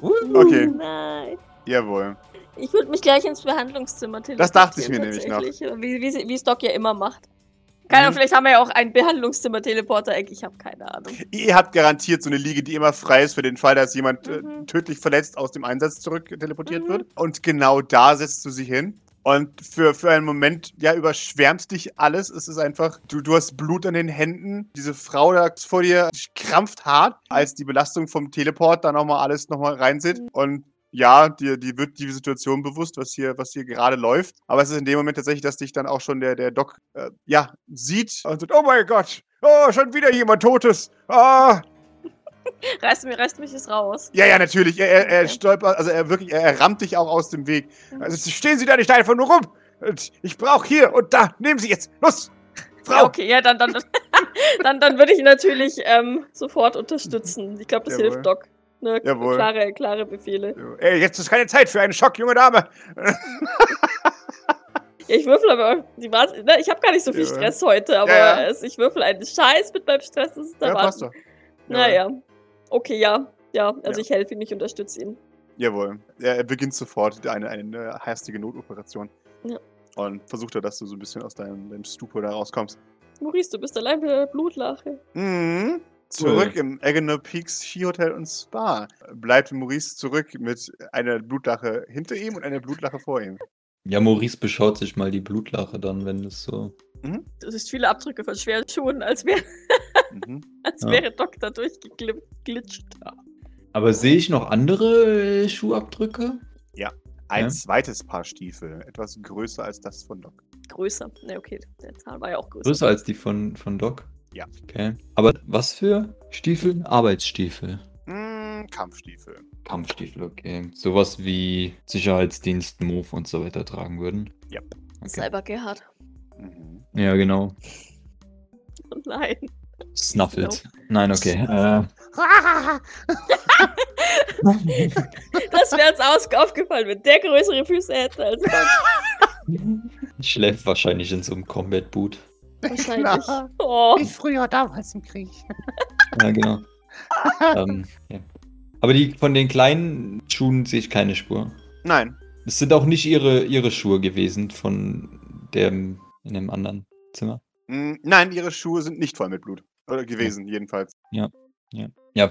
Uh. Okay, Nein. jawohl. Ich würde mich gleich ins Behandlungszimmer teleportieren. Das dachte ich mir nämlich noch. Mhm. tatsächlich. Wie, wie, sie- wie es Doc ja immer macht. Keine Ahnung, vielleicht haben wir ja auch ein Behandlungszimmer-Teleporter-Eck. Ich habe keine Ahnung. Ihr habt garantiert so eine Liege, die immer frei ist für den Fall, dass jemand äh, Mhm. tödlich verletzt aus dem Einsatz zurück teleportiert Mhm. wird. Und genau da setzt du sie hin. Und für, für einen Moment, ja, überschwärmt dich alles. Es ist einfach, du, du hast Blut an den Händen. Diese Frau da vor dir krampft hart, als die Belastung vom Teleport da nochmal alles nochmal reinsieht. Mhm. Und ja, dir, die wird die Situation bewusst, was hier, was hier gerade läuft. Aber es ist in dem Moment tatsächlich, dass dich dann auch schon der, der Doc äh, ja, sieht und sagt, oh mein Gott, oh, schon wieder jemand Totes. Ah. Reißt, mir- reißt mich jetzt raus. Ja, ja, natürlich. Er, er, er Okay. stolpert, also er wirklich, er, er rammt dich auch aus dem Weg. Mhm. Also stehen Sie da nicht einfach nur rum. Und Ich brauche hier und da. Nehmen Sie jetzt. Los! Ja, Frau! okay, ja, dann, dann, dann, dann würde ich ihn natürlich ähm, sofort unterstützen. Ich glaube, das Jawohl. hilft Doc. Ne, Jawohl. Klare, klare Befehle. Ey, jetzt ist keine Zeit für einen Schock, junge Dame. Ja, ich würfel aber die Wahns ne, Ich habe gar nicht so viel Jawohl. Stress heute, aber Ja, ja. Es, ich würfel einen Scheiß mit meinem Stress. Das ist der Wahnsinn. Naja. Okay, ja. Ja, also Ja. ich helfe ihm, ich unterstütze ihn. Jawohl. Er er beginnt sofort eine, eine äh, hastige Notoperation. Ja. Und versucht er, dass du so ein bisschen aus deinem, deinem Stupor da rauskommst. Maurice, du bist allein mit deiner Blutlache. Mhm. Zurück im Agner Peaks Skihotel und Spa bleibt Maurice zurück mit einer Blutlache hinter ihm und einer Blutlache vor ihm. Ja, Maurice beschaut sich mal die Blutlache dann, wenn es so. Du siehst viele Abdrücke von schweren Schuhen, als, wär, Mhm. als Ja. wäre Doc da durchgeglitscht. Aber sehe ich noch andere äh, Schuhabdrücke? Ein Ja. zweites Paar Stiefel, etwas größer als das von Doc. Größer. Na, okay, der Zahn war ja auch größer. Größer als die von, von Doc? Ja. Okay. Aber was für Stiefel? Arbeitsstiefel. Mm, Kampfstiefel. Kampfstiefel, okay. Sowas wie Sicherheitsdienst, Move und so weiter tragen würden. Ja. Okay. Cyber Gerhard. Mhm. Ja, genau. Oh nein. Snuffelt. Nein, okay. Äh, Ah, Das wäre uns aus- aufgefallen, wenn der größere Füße hätte als Doc. ich schläfe wahrscheinlich in so einem Combat Boot. Wahrscheinlich. Oh, Wie früher damals im Krieg. Ja, genau. ähm, ja. Aber die, von den kleinen Schuhen sehe ich keine Spur. Nein. Es sind auch nicht ihre, ihre Schuhe gewesen von dem in dem anderen Zimmer. Mm, Nein, ihre Schuhe sind nicht voll mit Blut. Oder gewesen, jedenfalls. Ja,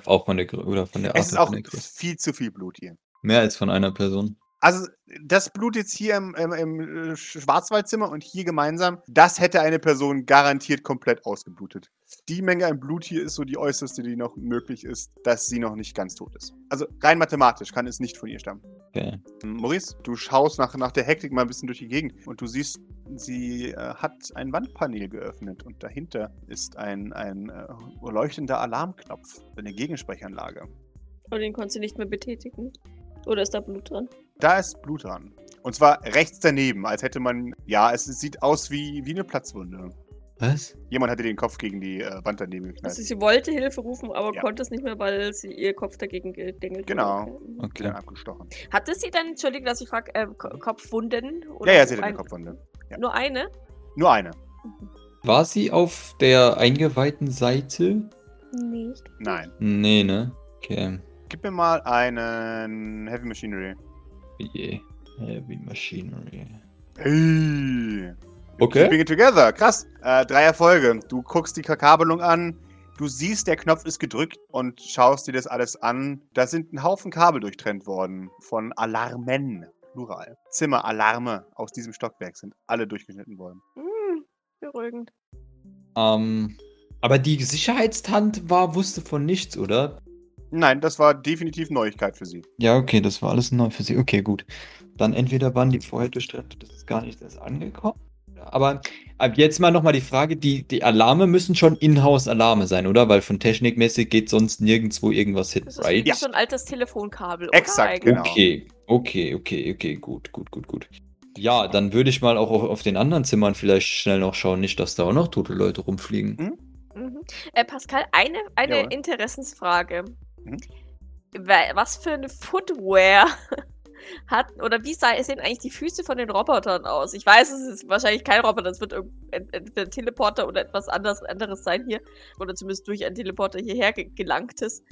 auch von der Grö- oder von der Es ist und auch von der Größe. viel zu viel Blut hier. mehr als von einer Person. Also, das Blut jetzt hier im, im, im äh, Schwarzwaldzimmer und hier gemeinsam, das hätte eine Person garantiert komplett ausgeblutet. Die Menge an Blut hier ist so die äußerste, die noch möglich ist, dass sie noch nicht ganz tot ist. Also, rein mathematisch kann es nicht von ihr stammen. Okay. Maurice, du schaust nach, nach der Hektik mal ein bisschen durch die Gegend und du siehst, sie äh, hat ein Wandpanel geöffnet und dahinter ist ein, ein äh, leuchtender Alarmknopf, eine Gegensprechanlage. und den konntest du nicht mehr betätigen. Oder ist da Blut dran? Da ist Blut dran. Und zwar rechts daneben, als hätte man, ja, es sieht aus wie, wie eine Platzwunde. Was? Jemand hatte den Kopf gegen die äh, Wand daneben geknallt. Also sie wollte Hilfe rufen, aber Ja. konnte es nicht mehr, weil sie ihr Kopf dagegen gedengelt wurde. Genau. Okay. Die Okay. dann abgestochen. Hatte sie dann, Entschuldigung, dass ich frage, äh, Ko- Kopfwunden? Oder Ja, ja, sie hatte ein- eine Kopfwunde. ja. Nur eine? Nur eine. War sie auf der eingeweihten Seite? Nicht. Nein. Nee, ne? Okay. Gib mir mal einen Heavy Machinery. Yeah. Heavy äh, Machinery. Hey. Okay. Keeping it together, krass. Äh, drei Erfolge. Du guckst die Verkabelung an, du siehst, der Knopf ist gedrückt und schaust dir das alles an. Da sind ein Haufen Kabel durchtrennt worden von Alarmen, plural. Zimmeralarme aus diesem Stockwerk sind alle durchgeschnitten worden. Hm, beruhigend. Ähm, aber die Sicherheitstand war, wusste von nichts, oder? Nein, das war definitiv Neuigkeit für sie. Ja, okay, das war alles neu für sie. Okay, gut. Dann entweder waren die vorher durchstreckt, das ist gar nicht erst angekommen. Aber ab jetzt mal nochmal die Frage, die, die Alarme müssen schon Inhouse-Alarme sein, oder? Weil von technikmäßig geht sonst nirgendwo irgendwas hin, Das ist right? wie so ein altes Telefonkabel. Exakt, oder? genau. Okay, okay, okay, okay, gut, gut, gut, gut. Ja, dann würde ich mal auch auf, auf den anderen Zimmern vielleicht schnell noch schauen, nicht, dass da auch noch tote Leute rumfliegen. Mhm. Äh, Pascal, eine, eine Jawohl. Interessensfrage. Mhm. Wa- Was für eine Footwear hat oder wie sah- sehen eigentlich die Füße von den Robotern aus? Ich weiß, es ist wahrscheinlich kein Roboter, es wird irgend- ent- entweder ein Teleporter oder etwas anderes, anderes sein hier. Oder zumindest durch einen Teleporter hierher ge gelangt ist.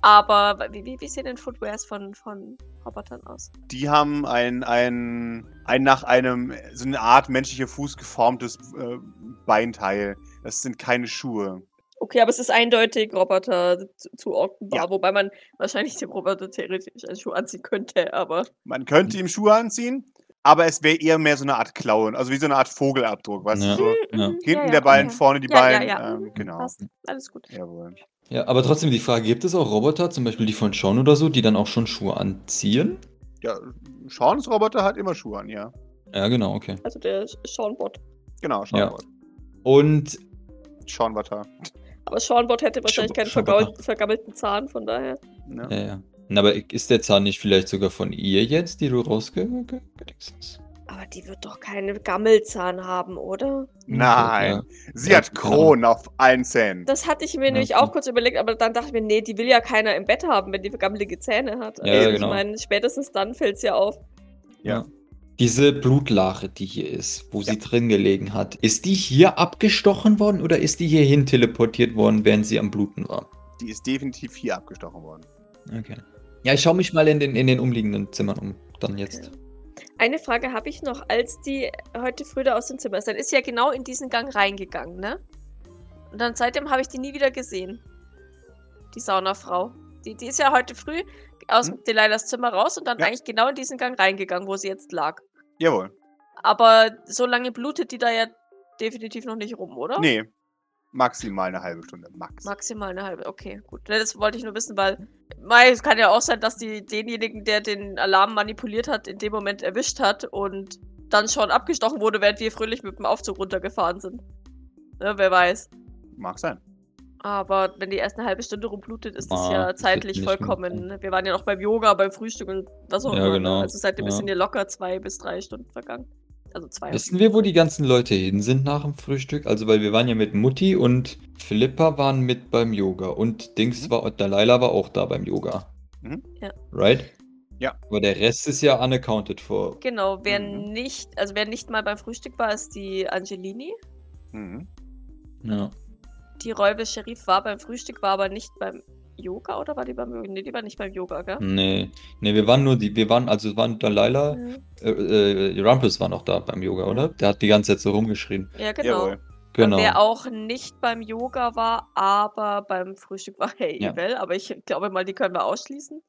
Aber wa- wie, wie, wie sehen denn Footwares von, von Robotern aus? Die haben ein, ein, ein nach einem, so eine Art menschlicher Fuß geformtes äh, Beinteil. Das sind keine Schuhe. Okay, aber es ist eindeutig Roboter zu, zuordnenbar, Ja. wobei man wahrscheinlich dem Roboter theoretisch einen Schuh anziehen könnte, aber. Man könnte ihm Schuhe anziehen, aber es wäre eher mehr so eine Art Klauen, also wie so eine Art Vogelabdruck, weißt Ja. du? So Ja. Mhm, hinten ja, der ja, Ballen, okay. vorne die Ja, ja, Ballen. ja, Mhm. Ähm, genau. Passt. Alles gut. Jawohl. Ja, aber trotzdem die Frage, gibt es auch Roboter, zum Beispiel die von Sean oder so, die dann auch schon Schuhe anziehen? Ja, Sean's Roboter hat immer Schuhe an, ja. Ja, genau, okay. Also der Seanbot. Genau, Ja. Sean. Und Sean Watter. Aber Seanbot hätte wahrscheinlich keinen Seanbot. vergaul- vergammelten Zahn, von daher. Ne? ja, ja. Na, aber ist der Zahn nicht vielleicht sogar von ihr jetzt, die du rausgekriegt hast? Aber die wird doch keinen Gammelzahn haben, oder? Nein. Okay, Sie Ja, hat Kronen auf allen Zähnen. Das hatte ich mir Ja, nämlich okay. auch kurz überlegt, aber dann dachte ich mir, nee, die will ja keiner im Bett haben, wenn die gammelige Zähne hat. Ja, Also genau. Ich meine, spätestens dann fällt es ja auf. ja. ja. Diese Blutlache, die hier ist, wo sie drin gelegen hat, ist die hier abgestochen worden oder ist die hierhin teleportiert worden, während sie am Bluten war? Die ist definitiv hier abgestochen worden. Okay. Ja, ich schaue mich mal in den, in den umliegenden Zimmern um. Dann jetzt. Eine Frage habe ich noch, als die heute früh da aus dem Zimmer ist, dann ist sie ja genau in diesen Gang reingegangen, ne? Und dann seitdem habe ich die nie wieder gesehen. Die Saunafrau. Die, die ist ja heute früh aus Hm? Delilahs Zimmer raus und dann Ja. eigentlich genau in diesen Gang reingegangen, wo sie jetzt lag. Jawohl. Aber so lange blutet die da ja definitiv noch nicht rum, oder? Nee. Maximal eine halbe Stunde. Max. Maximal eine halbe. Okay, gut. Ne, Das wollte ich nur wissen, weil Mai, es kann ja auch sein, dass die denjenigen, der den Alarm manipuliert hat, in dem Moment erwischt hat und dann schon abgestochen wurde, während wir fröhlich mit dem Aufzug runtergefahren sind. Ne, wer weiß. Mag sein. Aber wenn die erst eine halbe Stunde rumblutet, ist das Ah, ja das zeitlich wird nicht vollkommen. ne? Wir waren ja noch beim Yoga, beim Frühstück und was auch Ja, immer. ne? genau. Also seitdem Ja. sind ja locker zwei bis drei Stunden vergangen. Also zwei. Wissen wir, wo die ganzen Leute hin sind nach dem Frühstück? Also, weil wir waren ja mit Mutti und Philippa waren mit beim Yoga und Dings war und Dalaila war auch da beim Yoga. Mhm. Ja. Right? Ja. Aber der Rest ist ja unaccounted for. Genau, wer Mhm. nicht, also wer nicht mal beim Frühstück war, ist die Angelini. Mhm. Genau. Ja. Die Räube Sheriff war beim Frühstück, war aber nicht beim Yoga oder war die beim Yoga? Nee, die war nicht beim Yoga, gell? Nee. Nee, wir waren nur die, wir waren, also es waren Dalaila, Mhm. äh, äh, Rumpus war noch da beim Yoga, oder? Der hat die ganze Zeit so rumgeschrien. Ja, genau. Jawohl. Genau. Und wer auch nicht beim Yoga war, aber beim Frühstück war Herr Ja. Evel. Aber ich glaube mal, die können wir ausschließen.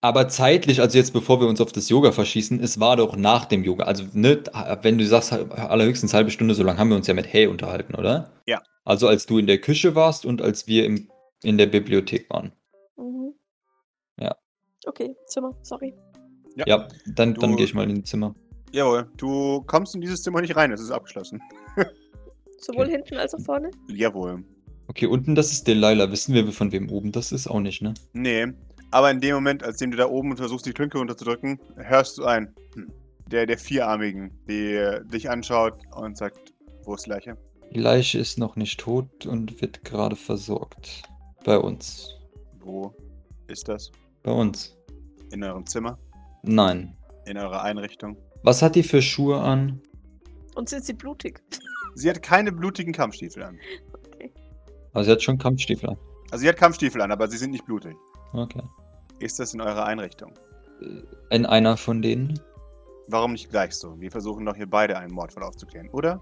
Aber zeitlich, also jetzt bevor wir uns auf das Yoga verschießen, es war doch nach dem Yoga. Also, ne, wenn du sagst, allerhöchstens halbe Stunde, so lange haben wir uns ja mit Hey unterhalten, oder? Ja. Also als du in der Küche warst und als wir im, in der Bibliothek waren. Mhm. Ja. Okay, Zimmer, sorry. Ja, dann, Du- dann gehe ich mal in die Zimmer. Jawohl. Du kommst in dieses Zimmer nicht rein, es ist abgeschlossen. Sowohl Okay. hinten als auch vorne. Jawohl. Okay, unten, das ist Delilah. Wissen wir, von wem oben das ist? Auch nicht, ne? Nee. Aber in dem Moment, als dem du da oben versuchst, die Klinke runterzudrücken, hörst du einen. Hm. Der, der Vierarmigen, der dich anschaut und sagt, wo ist Leiche? Die Leiche ist noch nicht tot und wird gerade versorgt. Bei uns. Wo ist das? Bei uns. In eurem Zimmer? Nein. In eurer Einrichtung? Was hat die für Schuhe an? Und sind sie blutig? Sie hat keine blutigen Kampfstiefel an. Also sie hat schon Kampfstiefel an. Also sie hat Kampfstiefel an, aber sie sind nicht blutig. Okay. Ist das in eurer Einrichtung? In einer von denen? Warum nicht gleich so? Wir versuchen doch hier beide einen Mordfall aufzuklären, oder?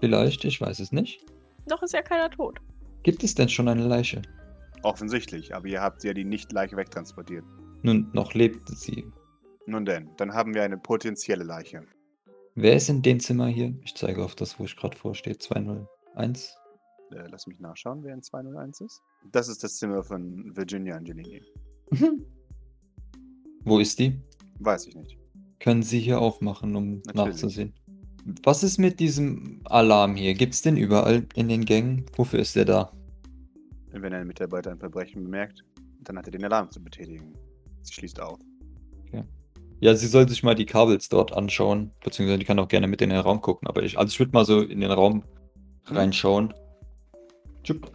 Vielleicht, ich weiß es nicht. Noch ist ja keiner tot. Gibt es denn schon eine Leiche? Offensichtlich, aber ihr habt ja die Nicht-Leiche wegtransportiert. Nun, noch lebt sie. Nun denn, dann haben wir eine potenzielle Leiche. Wer ist in dem Zimmer hier? Ich zeige auf das, wo ich gerade vorstehe. 201. Äh, lass mich nachschauen, wer in 201 ist. Das ist das Zimmer von Virginia Angelini. wo ist die? Weiß ich nicht. Können Sie hier aufmachen, um Natürlich. nachzusehen. Was ist mit diesem Alarm hier? Gibt es den überall in den Gängen? Wofür ist der da? Und wenn ein Mitarbeiter ein Verbrechen bemerkt, dann hat er den Alarm zu betätigen. Sie schließt auf. Ja, sie soll sich mal die Kabels dort anschauen. Beziehungsweise die kann auch gerne mit in den Raum gucken. Aber ich, also ich würde mal so in den Raum Hm? reinschauen. Tschupp.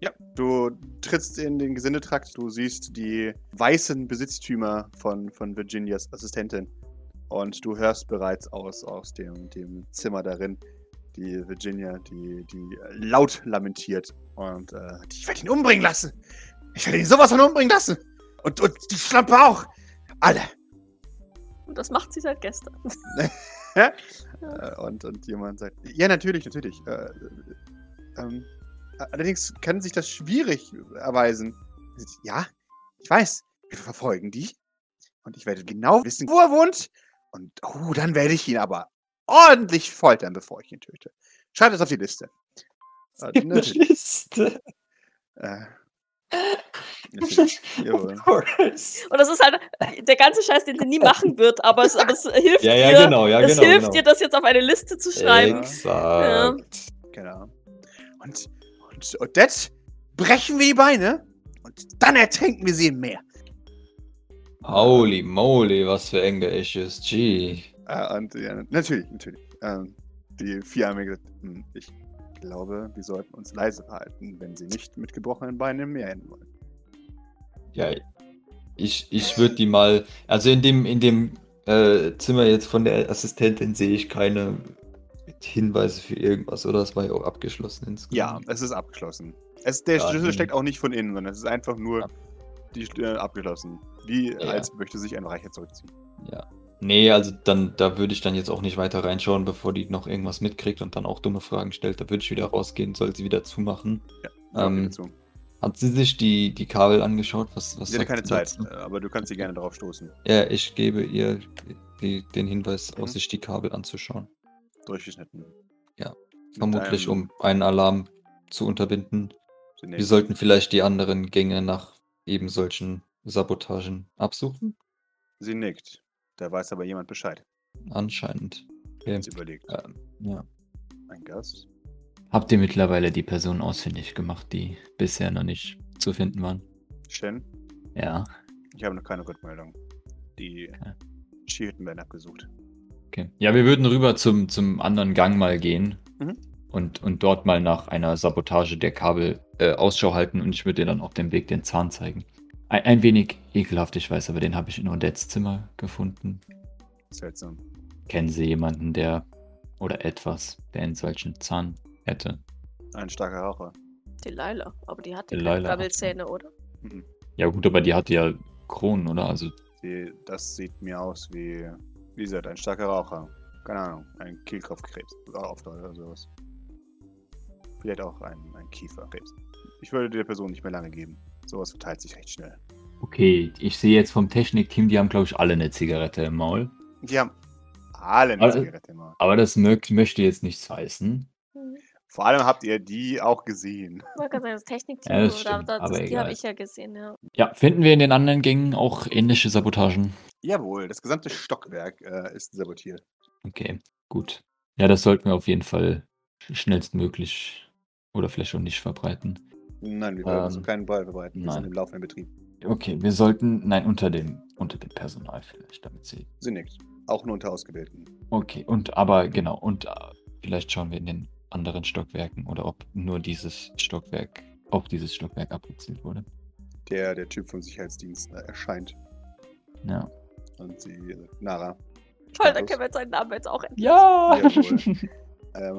Ja, du trittst in den Gesindetrakt, du siehst die weißen Besitztümer von, von Virginias Assistentin und du hörst bereits aus, aus dem, dem Zimmer darin, die Virginia, die, die laut lamentiert und äh, ich werde ihn umbringen lassen. Ich werde ihn sowas von umbringen lassen. Und, und die Schlampe auch. Alle. Und das macht sie seit gestern. Äh, und, und jemand sagt, ja, natürlich, natürlich. Äh, ähm, allerdings kann sich das schwierig erweisen. Ja, ich weiß, wir verfolgen die. Und ich werde genau wissen, wo er wohnt. Und oh, dann werde ich ihn aber ordentlich foltern, bevor ich ihn töte. Schreibt es auf die Liste. Äh, natürlich, Liste. äh, natürlich, jawohl. course. Und das ist halt der ganze Scheiß, den sie nie machen wird, aber es, aber es hilft Ja, ja, ihr. genau, ja, es genau. hilft genau. ihr, das jetzt auf eine Liste zu schreiben. Exakt. Genau. Und, und Odette brechen wir die Beine und dann ertränken wir sie im Meer. Holy moly, was für enge Issues. Gee. Äh, und ja, natürlich, natürlich. Ähm, die vier haben mir gesagt, "Hm, ich glaube, wir sollten uns leise verhalten, wenn sie nicht mit gebrochenen Beinen im Meer enden wollen. Ja, ich, ich würde die mal. Also in dem, in dem äh, Zimmer jetzt von der Assistentin sehe ich keine Hinweise für irgendwas, oder? Es war ja auch abgeschlossen Ja, insgesamt. es ist abgeschlossen. Es, der Ja, Schlüssel mhm. steckt auch nicht von innen, sondern es ist einfach nur Ja. die, Schl- äh, abgeschlossen. Wie Ja. als möchte sich ein Reicher zurückziehen. Ja. Nee, also dann, da würde ich dann jetzt auch nicht weiter reinschauen, bevor die noch irgendwas mitkriegt und dann auch dumme Fragen stellt. Da würde ich wieder rausgehen, soll sie wieder zumachen. Ja, Ähm, okay, dazu. Hat sie sich die, die Kabel angeschaut? Was, was Sie hatte sagt keine sie Zeit, dazu? äh, aber du kannst sie gerne darauf stoßen. Ja, ich gebe ihr die, den Hinweis, Mhm. aus sich die Kabel anzuschauen. Durchgeschnitten. Ja, Mit Vermutlich, einem- um einen Alarm zu unterbinden. Nee, Wir sollten vielleicht die anderen Gänge nach eben solchen Sabotagen absuchen. Sie nickt. Da weiß aber jemand Bescheid. Anscheinend. Okay. Sie überlegt. Ähm, ja. Ein Gast? Habt ihr mittlerweile die Personen ausfindig gemacht, die bisher noch nicht zu finden waren? Shen? Ja. Ich habe noch keine Rückmeldung. Die Okay. Cheaten werden abgesucht. Okay. Ja, wir würden rüber zum, zum anderen Gang mal gehen Mhm. und, und dort mal nach einer Sabotage der Kabel äh, Ausschau halten und ich würde dir dann auf dem Weg den Zahn zeigen. Ein, ein wenig ekelhaft, ich weiß, aber den habe ich in Odets Zimmer gefunden. Seltsam. Kennen Sie jemanden, der oder etwas, der einen solchen Zahn hätte? Ein starker Raucher. Delilah. Aber die hatte keine Delilah hat- Krabbelzähne, oder? Ja gut, aber die hatte ja Kronen, oder? Also Sie, das sieht mir aus wie, wie gesagt, ein starker Raucher. Keine Ahnung, ein Kehlkopfkrebs auf- oder sowas. Vielleicht auch ein, ein Kieferkrebs. Ich würde der Person nicht mehr lange geben. Sowas verteilt sich recht schnell. Okay, ich sehe jetzt vom Technikteam, die haben, glaube ich, alle eine Zigarette im Maul. Die haben alle eine Also- Zigarette im Maul. Aber das mö- möchte jetzt nichts heißen. Vor allem habt ihr die auch gesehen. Ich Hm. wollte gerade sagen, das Technikteam, Ja, das oder? stimmt, Das, aber die egal. habe ich ja gesehen, ja. Ja, finden wir in den anderen Gängen auch ähnliche Sabotagen? Jawohl, das gesamte Stockwerk äh, ist sabotiert. Okay, gut. Ja, das sollten wir auf jeden Fall sch- schnellstmöglich oder vielleicht auch nicht verbreiten. Nein, wir wollen uns Ähm, um keinen Ball verbreiten. Wir nein. sind im laufenden Betrieb. Okay, wir sollten, nein, unter dem, unter dem Personal vielleicht, damit sie. Sie nickt. Auch nur unter Ausgebildeten. Okay, und aber genau, und äh, vielleicht schauen wir in den anderen Stockwerken oder ob nur dieses Stockwerk, ob dieses Stockwerk abgezielt wurde. Der, der Typ vom Sicherheitsdienst äh, erscheint. Ja. Und sie, äh, Nara. Toll, dann Status. können wir jetzt seinen Namen jetzt auch endlich. Ja! Jawohl.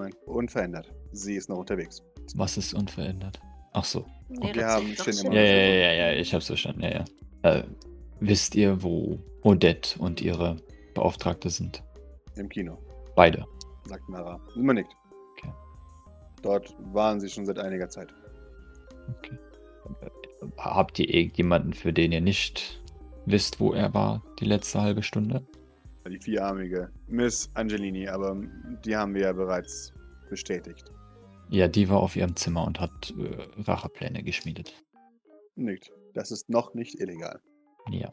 Ähm, unverändert. Sie ist noch unterwegs. Was ist unverändert? Ach so. Nee, Wir das haben ist doch stehen schön. immer- Ja, ja, ja, ja, ja ich hab's verstanden. Ja, ja. Äh, wisst ihr, wo Odette und ihre Beauftragte sind? Im Kino, Beide. sagt Nara. Immer nickt. Okay. Dort waren sie schon seit einiger Zeit. Habt ihr irgendjemanden, für den ihr nicht wisst, wo er war, die letzte halbe Stunde? Die vierarmige Miss Angelini, aber mm, die haben wir ja bereits bestätigt. Ja, die war auf ihrem Zimmer und hat äh, Rachepläne geschmiedet. Nickt. Das ist noch nicht illegal. Ja.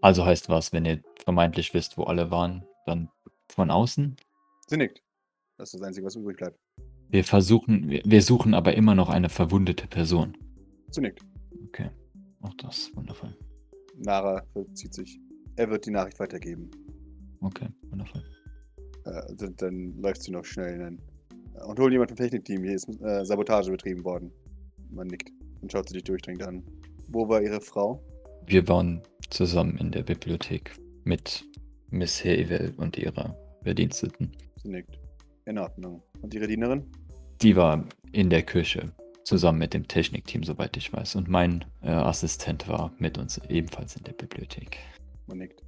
Also heißt was, wenn ihr vermeintlich wisst, wo alle waren, dann von außen? Sie nickt. Das ist das Einzige, was übrig bleibt. Wir versuchen, wir, wir suchen aber immer noch eine verwundete Person. Sie nickt. Okay. Auch das, wundervoll. Nara verzieht sich. Er wird die Nachricht weitergeben. Okay, wundervoll. Äh, dann, dann läuft sie noch schnell hinein. Äh, Und hol jemand vom Technikteam. Hier ist äh, Sabotage betrieben worden. Man nickt und schaut sie dich durchdringend an. Wo war ihre Frau? Wir waren zusammen in der Bibliothek mit Miss Havel und ihrer Bediensteten. Sie nickt. In Ordnung. Und ihre Dienerin? Die war in der Küche zusammen mit dem Technikteam, soweit ich weiß. Und mein äh, Assistent war mit uns ebenfalls in der Bibliothek. Man nickt.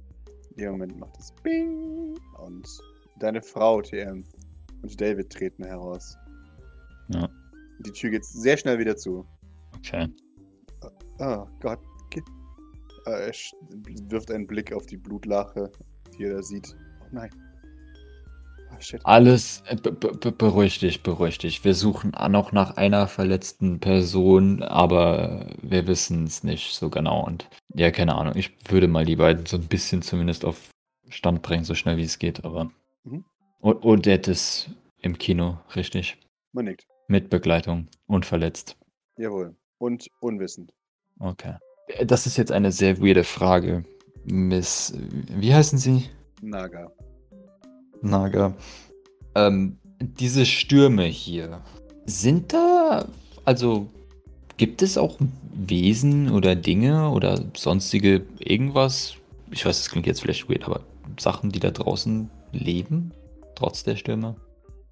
In dem Moment macht es Bing. Und deine Frau, TM, und David treten heraus. Ja. Die Tür geht sehr schnell wieder zu. Okay. Oh Gott. Ge- Äh, Er sch- wirft einen Blick auf die Blutlache, die er da sieht. Oh nein. Oh shit. Alles äh, be- be- be- beruhig dich, beruhig dich. Wir suchen noch nach einer verletzten Person, aber wir wissen es nicht so genau. Und ja, keine Ahnung. Ich würde mal die beiden so ein bisschen zumindest auf Stand bringen, so schnell wie es geht, aber. Mhm. Und Odette ist im Kino, richtig. Man nickt. Mit Begleitung und verletzt. Jawohl. Und unwissend. Okay. Äh, Das ist jetzt eine sehr weirde Frage. Miss. Wie heißen Sie? Naga. Naga. Ähm, diese Stürme hier, sind da, also gibt es auch Wesen oder Dinge oder sonstige irgendwas? Ich weiß, das klingt jetzt vielleicht weird, aber Sachen, die da draußen leben, trotz der Stürme?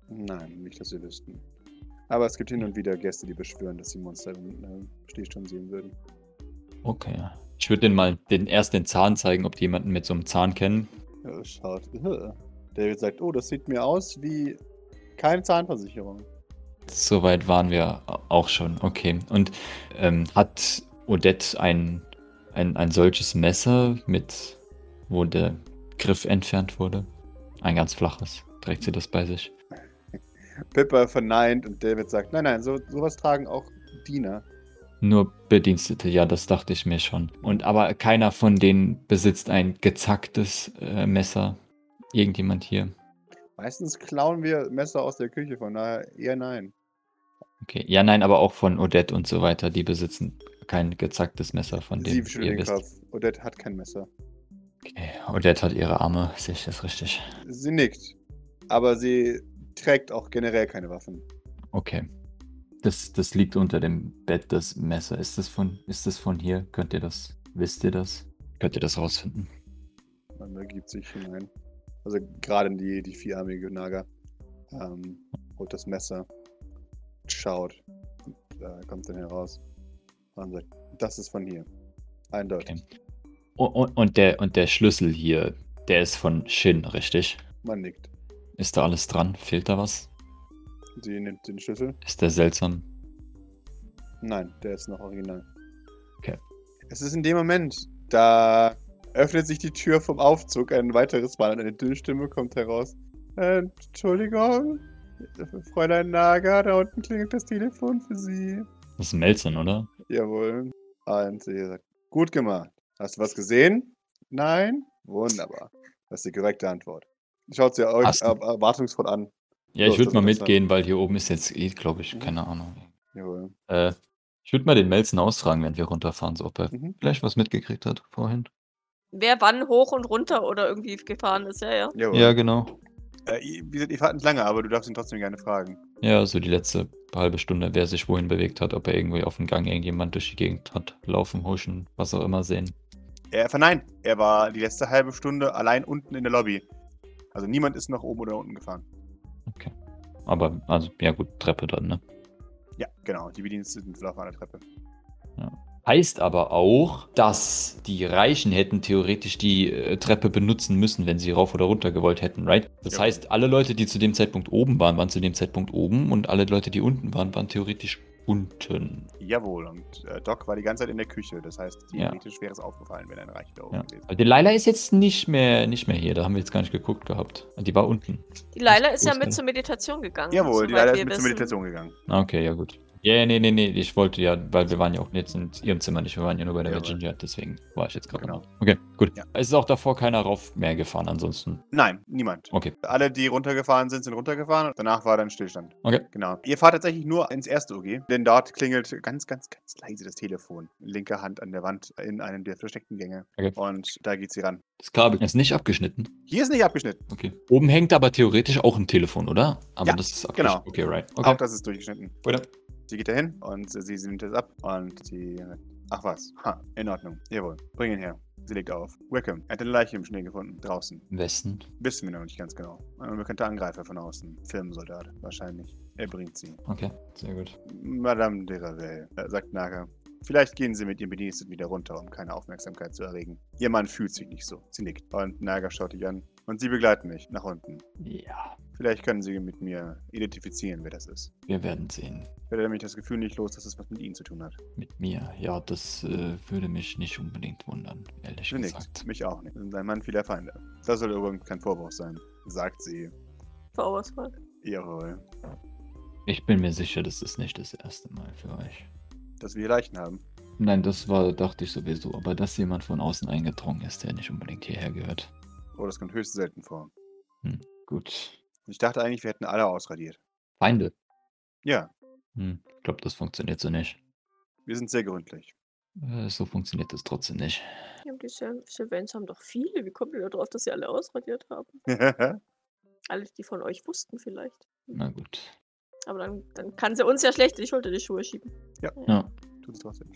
Nein, nicht, dass wir wüssten. Aber es gibt hin und wieder Gäste, die beschwören, dass sie Monster im äh, Stehsturm sehen würden. Okay. Ich würde den mal den, erst den Zahn zeigen, ob die jemanden mit so einem Zahn kennen. Er schaut. Äh. David sagt, oh, das sieht mir aus wie keine Zahnversicherung. Soweit waren wir auch schon, okay. Und ähm, hat Odette ein, ein, ein solches Messer mit, wo der Griff entfernt wurde? Ein ganz flaches. Trägt sie das bei sich? Pippa verneint und David sagt, nein, nein, so, sowas tragen auch Diener. Nur Bedienstete, ja, das dachte ich mir schon. Und aber keiner von denen besitzt ein gezacktes äh, Messer. Irgendjemand hier. Meistens klauen wir Messer aus der Küche, von daher eher nein. Okay. Ja, nein, aber auch von Odette und so weiter. Die besitzen kein gezacktes Messer von dem. Sie schüttelt ihr den wisst. Kopf. Odette hat kein Messer. Okay. Odette hat ihre Arme, sehe ich das richtig? Sie nickt, aber sie trägt auch generell keine Waffen. Okay. Das, das liegt unter dem Bett, das Messer. Ist das von, ist das von hier? Könnt ihr das, wisst ihr das? Könnt ihr das rausfinden? Man begibt sich hinein. Also gerade in die, die vierarmige Naga ähm, holt das Messer, schaut und äh, kommt dann heraus. Und sagt, das ist von hier. Eindeutig. Und, und, der, und der Schlüssel hier, der ist von Shin, richtig? Man nickt. Ist da alles dran? Fehlt da was? Sie nimmt den Schlüssel. Ist der seltsam? Nein, der ist noch original. Okay. Es ist in dem Moment, da öffnet sich die Tür vom Aufzug ein weiteres Mal und eine dünne Stimme kommt heraus. Äh, Entschuldigung, Fräulein Naga, da unten klingelt das Telefon für Sie. Das ist Melzen, oder? Jawohl. Und sie sagt, gut gemacht. Hast du was gesehen? Nein? Wunderbar. Das ist die korrekte Antwort. Schaut sie euch Hast du- er- erwartungsvoll an. Ja, So, ich würde das mal ist besser. mitgehen, weil hier oben ist jetzt eh, glaube ich, keine Ahnung. Jawohl. Äh, ich würde mal den Melzen ausfragen, wenn wir runterfahren, so ob er Mhm. vielleicht was mitgekriegt hat vorhin. Wer wann hoch und runter oder irgendwie gefahren ist, ja, ja. Jawohl. Ja, genau. Äh, ihr- wie gesagt, ihr fahrt nicht lange, aber du darfst ihn trotzdem gerne fragen. Ja, so die letzte halbe Stunde, wer sich wohin bewegt hat, ob er irgendwie auf dem Gang irgendjemand durch die Gegend hat, laufen, huschen, was auch immer sehen. Er verneint. Er war die letzte halbe Stunde allein unten in der Lobby. Also niemand ist nach oben oder unten gefahren. Aber, also, ja gut, Treppe dann, ne? Ja, genau. Die Bediensteten sind auf einer Treppe. Heißt aber auch, dass die Reichen hätten theoretisch die äh, Treppe benutzen müssen, wenn sie rauf oder runter gewollt hätten, right? Das Ja. heißt, alle Leute, die zu dem Zeitpunkt oben waren, waren zu dem Zeitpunkt oben und alle Leute, die unten waren, waren theoretisch unten. Jawohl. Und äh, Doc war die ganze Zeit in der Küche. Das heißt, Ja. theoretisch wäre es aufgefallen, wenn ein Reich da oben Ja. gewesen Aber die Laila ist jetzt nicht mehr, nicht mehr hier, da haben wir jetzt gar nicht geguckt gehabt. Die war unten. Die Leila ist ja Großteil. mit zur Meditation gegangen. Jawohl, die soweit Leiter wir ist mit zur wissen. Meditation gegangen. Ah, Okay, ja gut. Ja, yeah, nee, nee, nee, ich wollte ja, weil wir waren ja auch jetzt in ihrem Zimmer nicht, wir waren ja nur bei der Ja, Virginia, deswegen war ich jetzt gerade Genau. noch. Okay, gut. Ja. Es ist auch davor keiner rauf mehr gefahren, ansonsten. Nein, niemand. Okay. Alle, die runtergefahren sind, sind runtergefahren. Danach war dann Stillstand. Okay. Genau. Ihr fahrt tatsächlich nur ins erste OG, denn dort klingelt ganz, ganz, ganz leise das Telefon. Linke Hand an der Wand in einem der versteckten Gänge. Okay. Und da geht sie ran. Das Kabel ist nicht abgeschnitten. Hier ist nicht abgeschnitten. Okay. Oben hängt aber theoretisch auch ein Telefon, oder? Aber Ja, das ist abgeschnitten. genau. Okay, right. Auch Okay. das ist durchgeschnitten. Oder? Sie geht dahin und sie, sie nimmt es ab und sie. Ach was. Ha, in Ordnung. Jawohl. Bring ihn her. Sie legt auf. Wickham. Er hat eine Leiche im Schnee gefunden. Draußen. Im Westen. Wissen wir noch nicht ganz genau. Ein bekannter Angreifer von außen. Filmsoldat. Wahrscheinlich. Er bringt sie. Okay, sehr gut. Madame de Ravel, äh, sagt Naga. Vielleicht gehen Sie mit Ihrem Bediensteten wieder runter, um keine Aufmerksamkeit zu erregen. Ihr Mann fühlt sich nicht so. Sie nickt. Und Naga schaut dich an. Und Sie begleiten mich nach unten. Ja, Vielleicht können Sie mit mir identifizieren, wer das ist. wir werden sehen. Ich werde nämlich das Gefühl nicht los, dass es was mit Ihnen zu tun hat. Mit mir. Ja, das äh, würde mich nicht unbedingt wundern, ehrlich Sie gesagt. nickt. Mich auch nicht. Und ein Mann vieler Feinde. Das soll überhaupt kein Vorwurf sein, sagt sie. Vorauswahl. Jawohl. Ich bin mir sicher, das ist nicht das erste Mal für euch. Dass wir hier Leichen haben. Nein, das war, dachte ich sowieso, aber dass jemand von außen eingedrungen ist, der nicht unbedingt hierher gehört. Oh, das kommt höchst selten vor. Gut. Ich dachte eigentlich, wir hätten alle ausradiert. Feinde. Ja, Hm, ich glaube, das funktioniert so nicht. wir sind sehr gründlich. Äh, so funktioniert das trotzdem nicht. Ja, die Sil Silvans haben doch viele. Wie kommt ihr da drauf, dass sie alle ausradiert haben? Alle, die von euch wussten vielleicht. Na gut. Aber dann, dann kann sie uns ja schlecht in die Schulter die Schuhe schieben. Tut's trotzdem.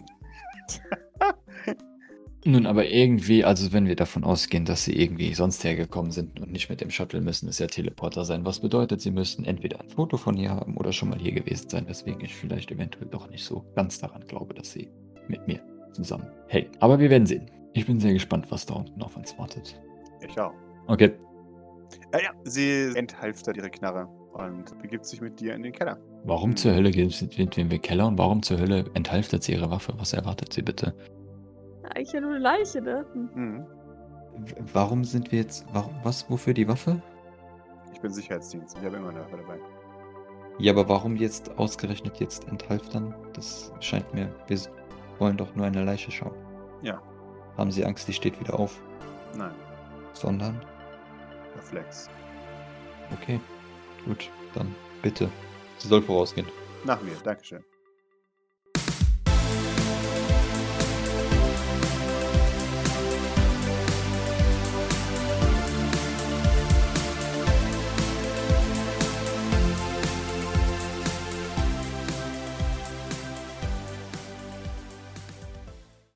Nun, aber irgendwie, also wenn wir davon ausgehen, dass sie irgendwie sonst hergekommen sind und nicht mit dem Shuttle, müssen es ja Teleporter sein. Was bedeutet, sie müssten entweder ein Foto von ihr haben oder schon mal hier gewesen sein, weswegen ich vielleicht eventuell doch nicht so ganz daran glaube, dass sie mit mir zusammen. Hey, aber wir werden sehen. Ich bin sehr gespannt, was da unten auf uns wartet. Ich auch. Okay, Ja, ja. Sie enthalftert ihre Knarre und begibt sich mit dir in den Keller. warum Hm. zur Hölle gehen wir Keller und warum zur Hölle enthalftet sie ihre Waffe? Was erwartet sie bitte? Eigentlich ja nur eine Leiche, ne? Hm. Mhm. Warum sind wir jetzt. Warum, was, wofür die Waffe? Ich bin Sicherheitsdienst. Ich habe immer eine Waffe dabei. Ja, aber warum jetzt ausgerechnet jetzt enthalftern? Das scheint mir. Wir wollen doch nur eine Leiche schauen. Ja. Haben Sie Angst, die steht wieder auf? Nein, Sondern. Reflex. Okay. Gut, dann bitte. Sie soll vorausgehen. Nach mir, Dankeschön.